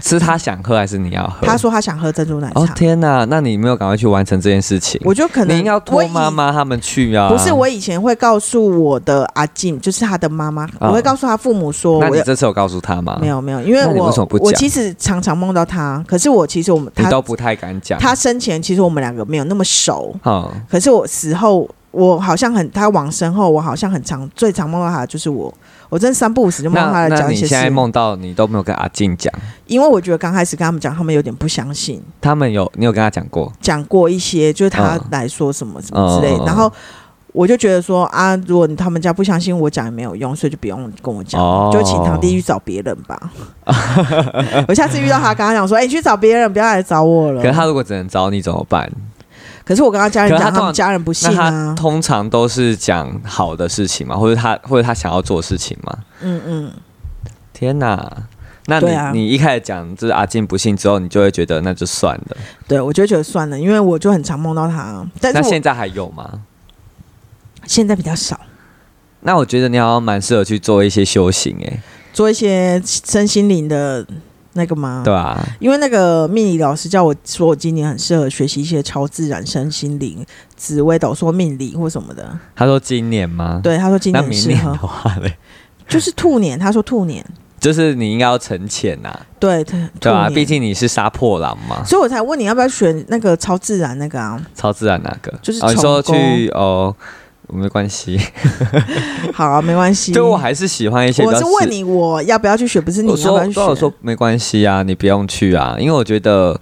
Speaker 2: 是他想喝还是你要喝？
Speaker 1: 他说他想喝珍珠奶茶，
Speaker 2: 哦天哪，那你没有赶快去完成这件事情，
Speaker 1: 我就可能
Speaker 2: 你要
Speaker 1: 我
Speaker 2: 托
Speaker 1: 以
Speaker 2: 妈。妈他们去啊。
Speaker 1: 不是，我以前会告诉我的阿静，就是他的妈妈，
Speaker 2: 嗯
Speaker 1: 我会告诉他父母说
Speaker 2: 那
Speaker 1: 我
Speaker 2: 你
Speaker 1: 要。
Speaker 2: 这次有告诉他吗？
Speaker 1: 没，有没有，因为
Speaker 2: 那你
Speaker 1: 我
Speaker 2: 为什么不
Speaker 1: 我
Speaker 2: 讲
Speaker 1: 其实常常梦到他，可是我其实我们
Speaker 2: 你
Speaker 1: 他
Speaker 2: 都不太敢讲。
Speaker 1: 他生前其实我们两个没有那么熟，
Speaker 2: 哦，
Speaker 1: 可是我死后，我好像很他往生后，我好像很常最常梦到他的就是我，我真的三不五时就梦到
Speaker 2: 那
Speaker 1: 他来
Speaker 2: 那
Speaker 1: 讲
Speaker 2: 你
Speaker 1: 一些
Speaker 2: 现在
Speaker 1: 事。
Speaker 2: 梦到你都没有跟阿静讲，
Speaker 1: 因为我觉得刚开始跟他们讲，他们有点不相信，
Speaker 2: 他们有你有跟他讲过？
Speaker 1: 讲过一些就是他
Speaker 2: 嗯
Speaker 1: 来说什么什么之类，
Speaker 2: 嗯嗯嗯
Speaker 1: 然后。我就觉得说啊，如果他们家不相信我讲也没有用，所以就不用跟我讲，
Speaker 2: 哦
Speaker 1: 就请堂弟去找别人吧。 我下次遇到他，跟他讲说，哎、你去找别人，不要来找我了。
Speaker 2: 哦可是他如果只能找你怎么办？
Speaker 1: 可是我跟他家人
Speaker 2: 可是
Speaker 1: 讲，
Speaker 2: 他
Speaker 1: 他
Speaker 2: 通
Speaker 1: 们
Speaker 2: 常
Speaker 1: 家人不信
Speaker 2: 那
Speaker 1: 啊
Speaker 2: 他。通常都是讲好的事情嘛，或者他或者他想要做的事情嘛？
Speaker 1: 嗯嗯，
Speaker 2: 天哪！那你、
Speaker 1: 对啊
Speaker 2: 你一开始讲就是阿静不信之后，你就会觉得那就算了。
Speaker 1: 对，我就觉得算了，因为我就很常梦到他，啊但是
Speaker 2: 那
Speaker 1: 我
Speaker 2: 现在还有吗？
Speaker 1: 现在比较少，
Speaker 2: 那我觉得你好像蛮适合去做一些修行、欸，
Speaker 1: 做一些身心灵的那个吗？
Speaker 2: 对，啊吧、
Speaker 1: 因为那个命理老师叫我说，我今年很适合学习一些超自然、身心灵、紫微斗数、命理或什么的。
Speaker 2: 他说今年吗？，
Speaker 1: 对，他说今
Speaker 2: 嗯那
Speaker 1: 年
Speaker 2: 明
Speaker 1: 适
Speaker 2: 年
Speaker 1: 合
Speaker 2: 的，话嘞，
Speaker 1: 就是兔年，他说兔年，
Speaker 2: 就是你应该要沉潜呐、
Speaker 1: 对，兔
Speaker 2: 对吧、
Speaker 1: 年，
Speaker 2: 毕。竟你是杀破狼嘛，
Speaker 1: 所以我才问你要不要选那个超自然那个啊？
Speaker 2: 超自然那个，
Speaker 1: 就是
Speaker 2: 哦、你说
Speaker 1: 宠功
Speaker 2: 去哦，没 关系，
Speaker 1: 好啊、没关系。
Speaker 2: 对我还是喜欢一些比
Speaker 1: 我
Speaker 2: 较
Speaker 1: 是
Speaker 2: 实
Speaker 1: 问你我要不要去选，不是你要
Speaker 2: 我
Speaker 1: 不
Speaker 2: 说
Speaker 1: 要去
Speaker 2: 都有
Speaker 1: 选。
Speaker 2: 说没关系啊，你不用去啊，因为我觉得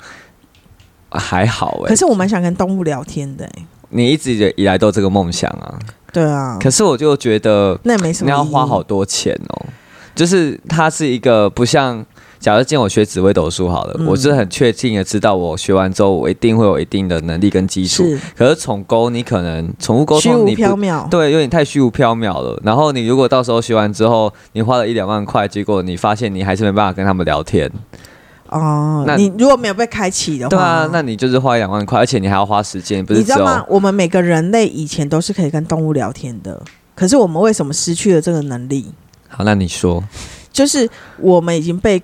Speaker 2: 啊还好哎、
Speaker 1: 可是我蛮想跟动物聊天的、欸，
Speaker 2: 你一直以来都有这个梦想啊，
Speaker 1: 对啊，
Speaker 2: 可是我就觉得
Speaker 1: 那也没什
Speaker 2: 你
Speaker 1: 么意义。
Speaker 2: 要花好多钱哦，就是它是一个不像。假如今天我学紫微斗数好了，
Speaker 1: 嗯
Speaker 2: 我是很确定的知道，我学完之后我一定会有一定的能力跟基础。
Speaker 1: 是
Speaker 2: 可是宠沟你可能宠物沟
Speaker 1: 虚无
Speaker 2: 通你不
Speaker 1: 缥缈，
Speaker 2: 对，有点太虚无缥缈了。然后你如果到时候学完之后，你花了一两万块，结果你发现你还是没办法跟他们聊天，
Speaker 1: 哦，
Speaker 2: 那
Speaker 1: 你如果没有被开启的话，
Speaker 2: 对啊，那你就是花一两万块，而且你还要花时间，不
Speaker 1: 你
Speaker 2: 是
Speaker 1: 知道
Speaker 2: 只有
Speaker 1: 吗？我们每个人类以前都是可以跟动物聊天的，可是我们为什么失去了这个能力？
Speaker 2: 好，那你说，
Speaker 1: 就是我们已经被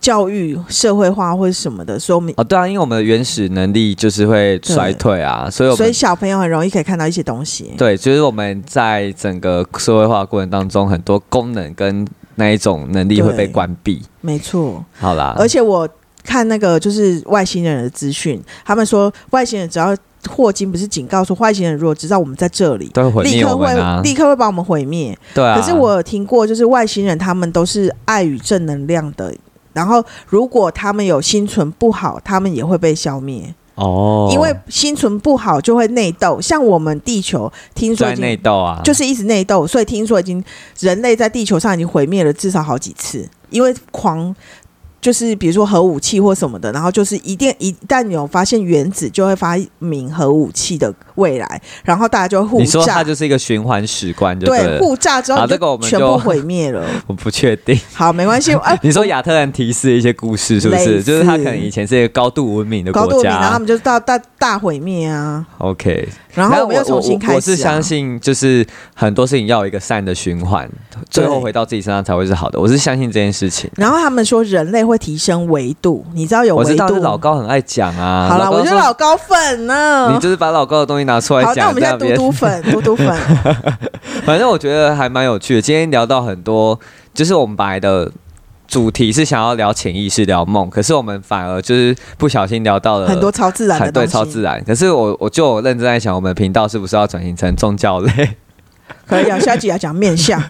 Speaker 1: 教育社会化或者什么的，所以我们。
Speaker 2: 哦，对啊，因为我们的原始能力就是会衰退啊，所以我
Speaker 1: 所以
Speaker 2: 们
Speaker 1: 小朋友很容易可以看到一些东西，
Speaker 2: 对，就是我们在整个社会化过程当中，很多功能跟那一种能力会被
Speaker 1: 对
Speaker 2: 关闭。
Speaker 1: 没错。
Speaker 2: 好啦，
Speaker 1: 而且我看那个就是外星人的资讯，他们说外星人只要霍金不是警告说外星人如果知道我们在这里，
Speaker 2: 都会毁
Speaker 1: 立
Speaker 2: 灭
Speaker 1: 刻
Speaker 2: 我
Speaker 1: 会、
Speaker 2: 们啊。
Speaker 1: 立刻会把我们毁灭。
Speaker 2: 对啊，
Speaker 1: 可是我有听过，就是外星人他们都是爱与正能量的，然后如果他们有心存不好，他们也会被消灭，
Speaker 2: 哦，
Speaker 1: 因为心存不好就会内斗。像我们地球，听说
Speaker 2: 在
Speaker 1: 已
Speaker 2: 内
Speaker 1: 经
Speaker 2: 斗啊，
Speaker 1: 就是一直内斗，所以听说已经人类在地球上已经毁灭了至少好几次，因为狂。就是比如说核武器或什么的，然后就是一定一旦有发现原子，就会发明核武器的未来，然后大家就会互
Speaker 2: 你说
Speaker 1: 炸
Speaker 2: 它，就是一个循环史观就
Speaker 1: 对，
Speaker 2: 对了。
Speaker 1: 互炸之后
Speaker 2: 好
Speaker 1: 你就
Speaker 2: 这个我们
Speaker 1: 全
Speaker 2: 就
Speaker 1: 部毁灭了。
Speaker 2: 我不确定，
Speaker 1: 好，没 关系，哎、
Speaker 2: 你说亚特兰提斯的一些故事是不
Speaker 1: 类
Speaker 2: 是？
Speaker 1: 似
Speaker 2: 就是它可能以前是一个高度文明的
Speaker 1: 高度
Speaker 2: 国
Speaker 1: 敏，然后他
Speaker 2: 家。
Speaker 1: 们就到大大毁灭啊，
Speaker 2: OK，
Speaker 1: 然后
Speaker 2: 那
Speaker 1: 我们又重新开始、啊
Speaker 2: 我我是相，信，就是很多事情要有一个善的循环，最后回到自己身上才会是好的。我是相信这件事情。
Speaker 1: 然后他们说人类会提升维度，你知道有
Speaker 2: 我知
Speaker 1: 维
Speaker 2: 道
Speaker 1: 度
Speaker 2: 是老高很爱讲啊。
Speaker 1: 好了，
Speaker 2: 高
Speaker 1: 我觉得
Speaker 2: 说
Speaker 1: 老高粉呢、
Speaker 2: 你就是把老高的东西拿出来
Speaker 1: 好，那
Speaker 2: 讲
Speaker 1: 我们
Speaker 2: 在
Speaker 1: 现在
Speaker 2: 那
Speaker 1: 嘟
Speaker 2: 边。
Speaker 1: 嘟粉，嘟嘟粉，
Speaker 2: 反正我觉得还蛮有趣的。今天聊到很多，就是我们本来的主题是想要聊潜意识、聊梦，可是我们反而就是不小心聊到了
Speaker 1: 很多超自然的
Speaker 2: 很
Speaker 1: 东
Speaker 2: 呃对
Speaker 1: 西，
Speaker 2: 超自然。可是我我就有认真在想，我们频道是不是要转型成宗教类？
Speaker 1: 可以啊，下一集要讲面相，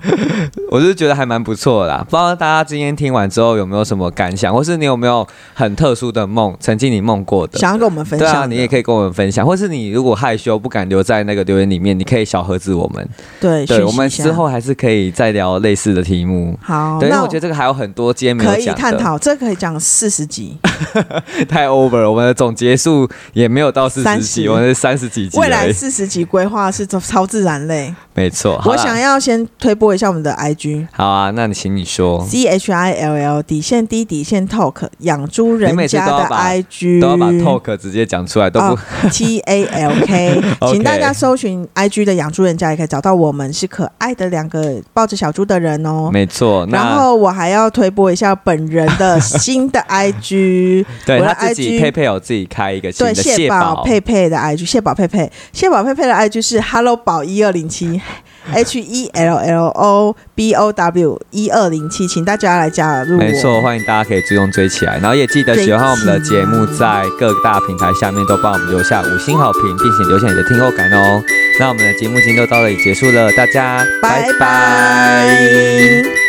Speaker 2: 我是觉得还蛮不错的啦。不知道大家今天听完之后有没有什么感想，或是你有没有很特殊的梦，曾经你梦过的？
Speaker 1: 想要跟我们分
Speaker 2: 对
Speaker 1: 享的、
Speaker 2: 啊，你也可以跟我们分享，或是你如果害羞不敢留在那个留言里面，你可以小盒子我们。
Speaker 1: 对，学
Speaker 2: 对，
Speaker 1: 习
Speaker 2: 我们
Speaker 1: 一下
Speaker 2: 之后还是可以再聊类似的题目。
Speaker 1: 好，
Speaker 2: 对，因为
Speaker 1: 哦那
Speaker 2: 我觉得这个还有很多今天没有
Speaker 1: 可以
Speaker 2: 讲的，
Speaker 1: 探讨，这可以讲四十集，
Speaker 2: 太 over 了。我们的总结束也没有到四十集，
Speaker 1: 30
Speaker 2: 我们是三十几集
Speaker 1: 未来
Speaker 2: 而已。
Speaker 1: 四十集规划是超超自然类。
Speaker 2: 没错，好
Speaker 1: 我
Speaker 2: 啦
Speaker 1: 想要先推播一下我们的 IG。
Speaker 2: 好啊，那你请你说，
Speaker 1: C H I L L 底线低底线 talk 养猪人家的 I G
Speaker 2: 都要把 talk 直接讲出来，都不、
Speaker 1: 哦 T A L K，
Speaker 2: OK
Speaker 1: 请大家搜寻 I G 的养猪人家，也可以找到我们是可爱的两个抱着小猪的人哦。
Speaker 2: 没错。
Speaker 1: 然
Speaker 2: 那
Speaker 1: 后我还要推播一下本人的新 的 I G，
Speaker 2: 对
Speaker 1: 我的
Speaker 2: 他自己
Speaker 1: IG
Speaker 2: 佩佩有自己开一个新
Speaker 1: 对
Speaker 2: 的蟹
Speaker 1: 宝
Speaker 2: 堡，
Speaker 1: 佩佩的 I G，蟹宝佩佩，蟹宝佩佩的 I G 是 Hello 宝一二零七 H E L L O B O W 一二零七，请大家来加入我。
Speaker 2: 没错，欢迎大家可以追踪追起来，然后也记得喜欢我们的节目，在各大平台下面都帮我们留下五星好评，并且留下你的听后感哦。那我们的节目今天就到这里结束了，大家
Speaker 1: 拜
Speaker 2: 拜拜
Speaker 1: 拜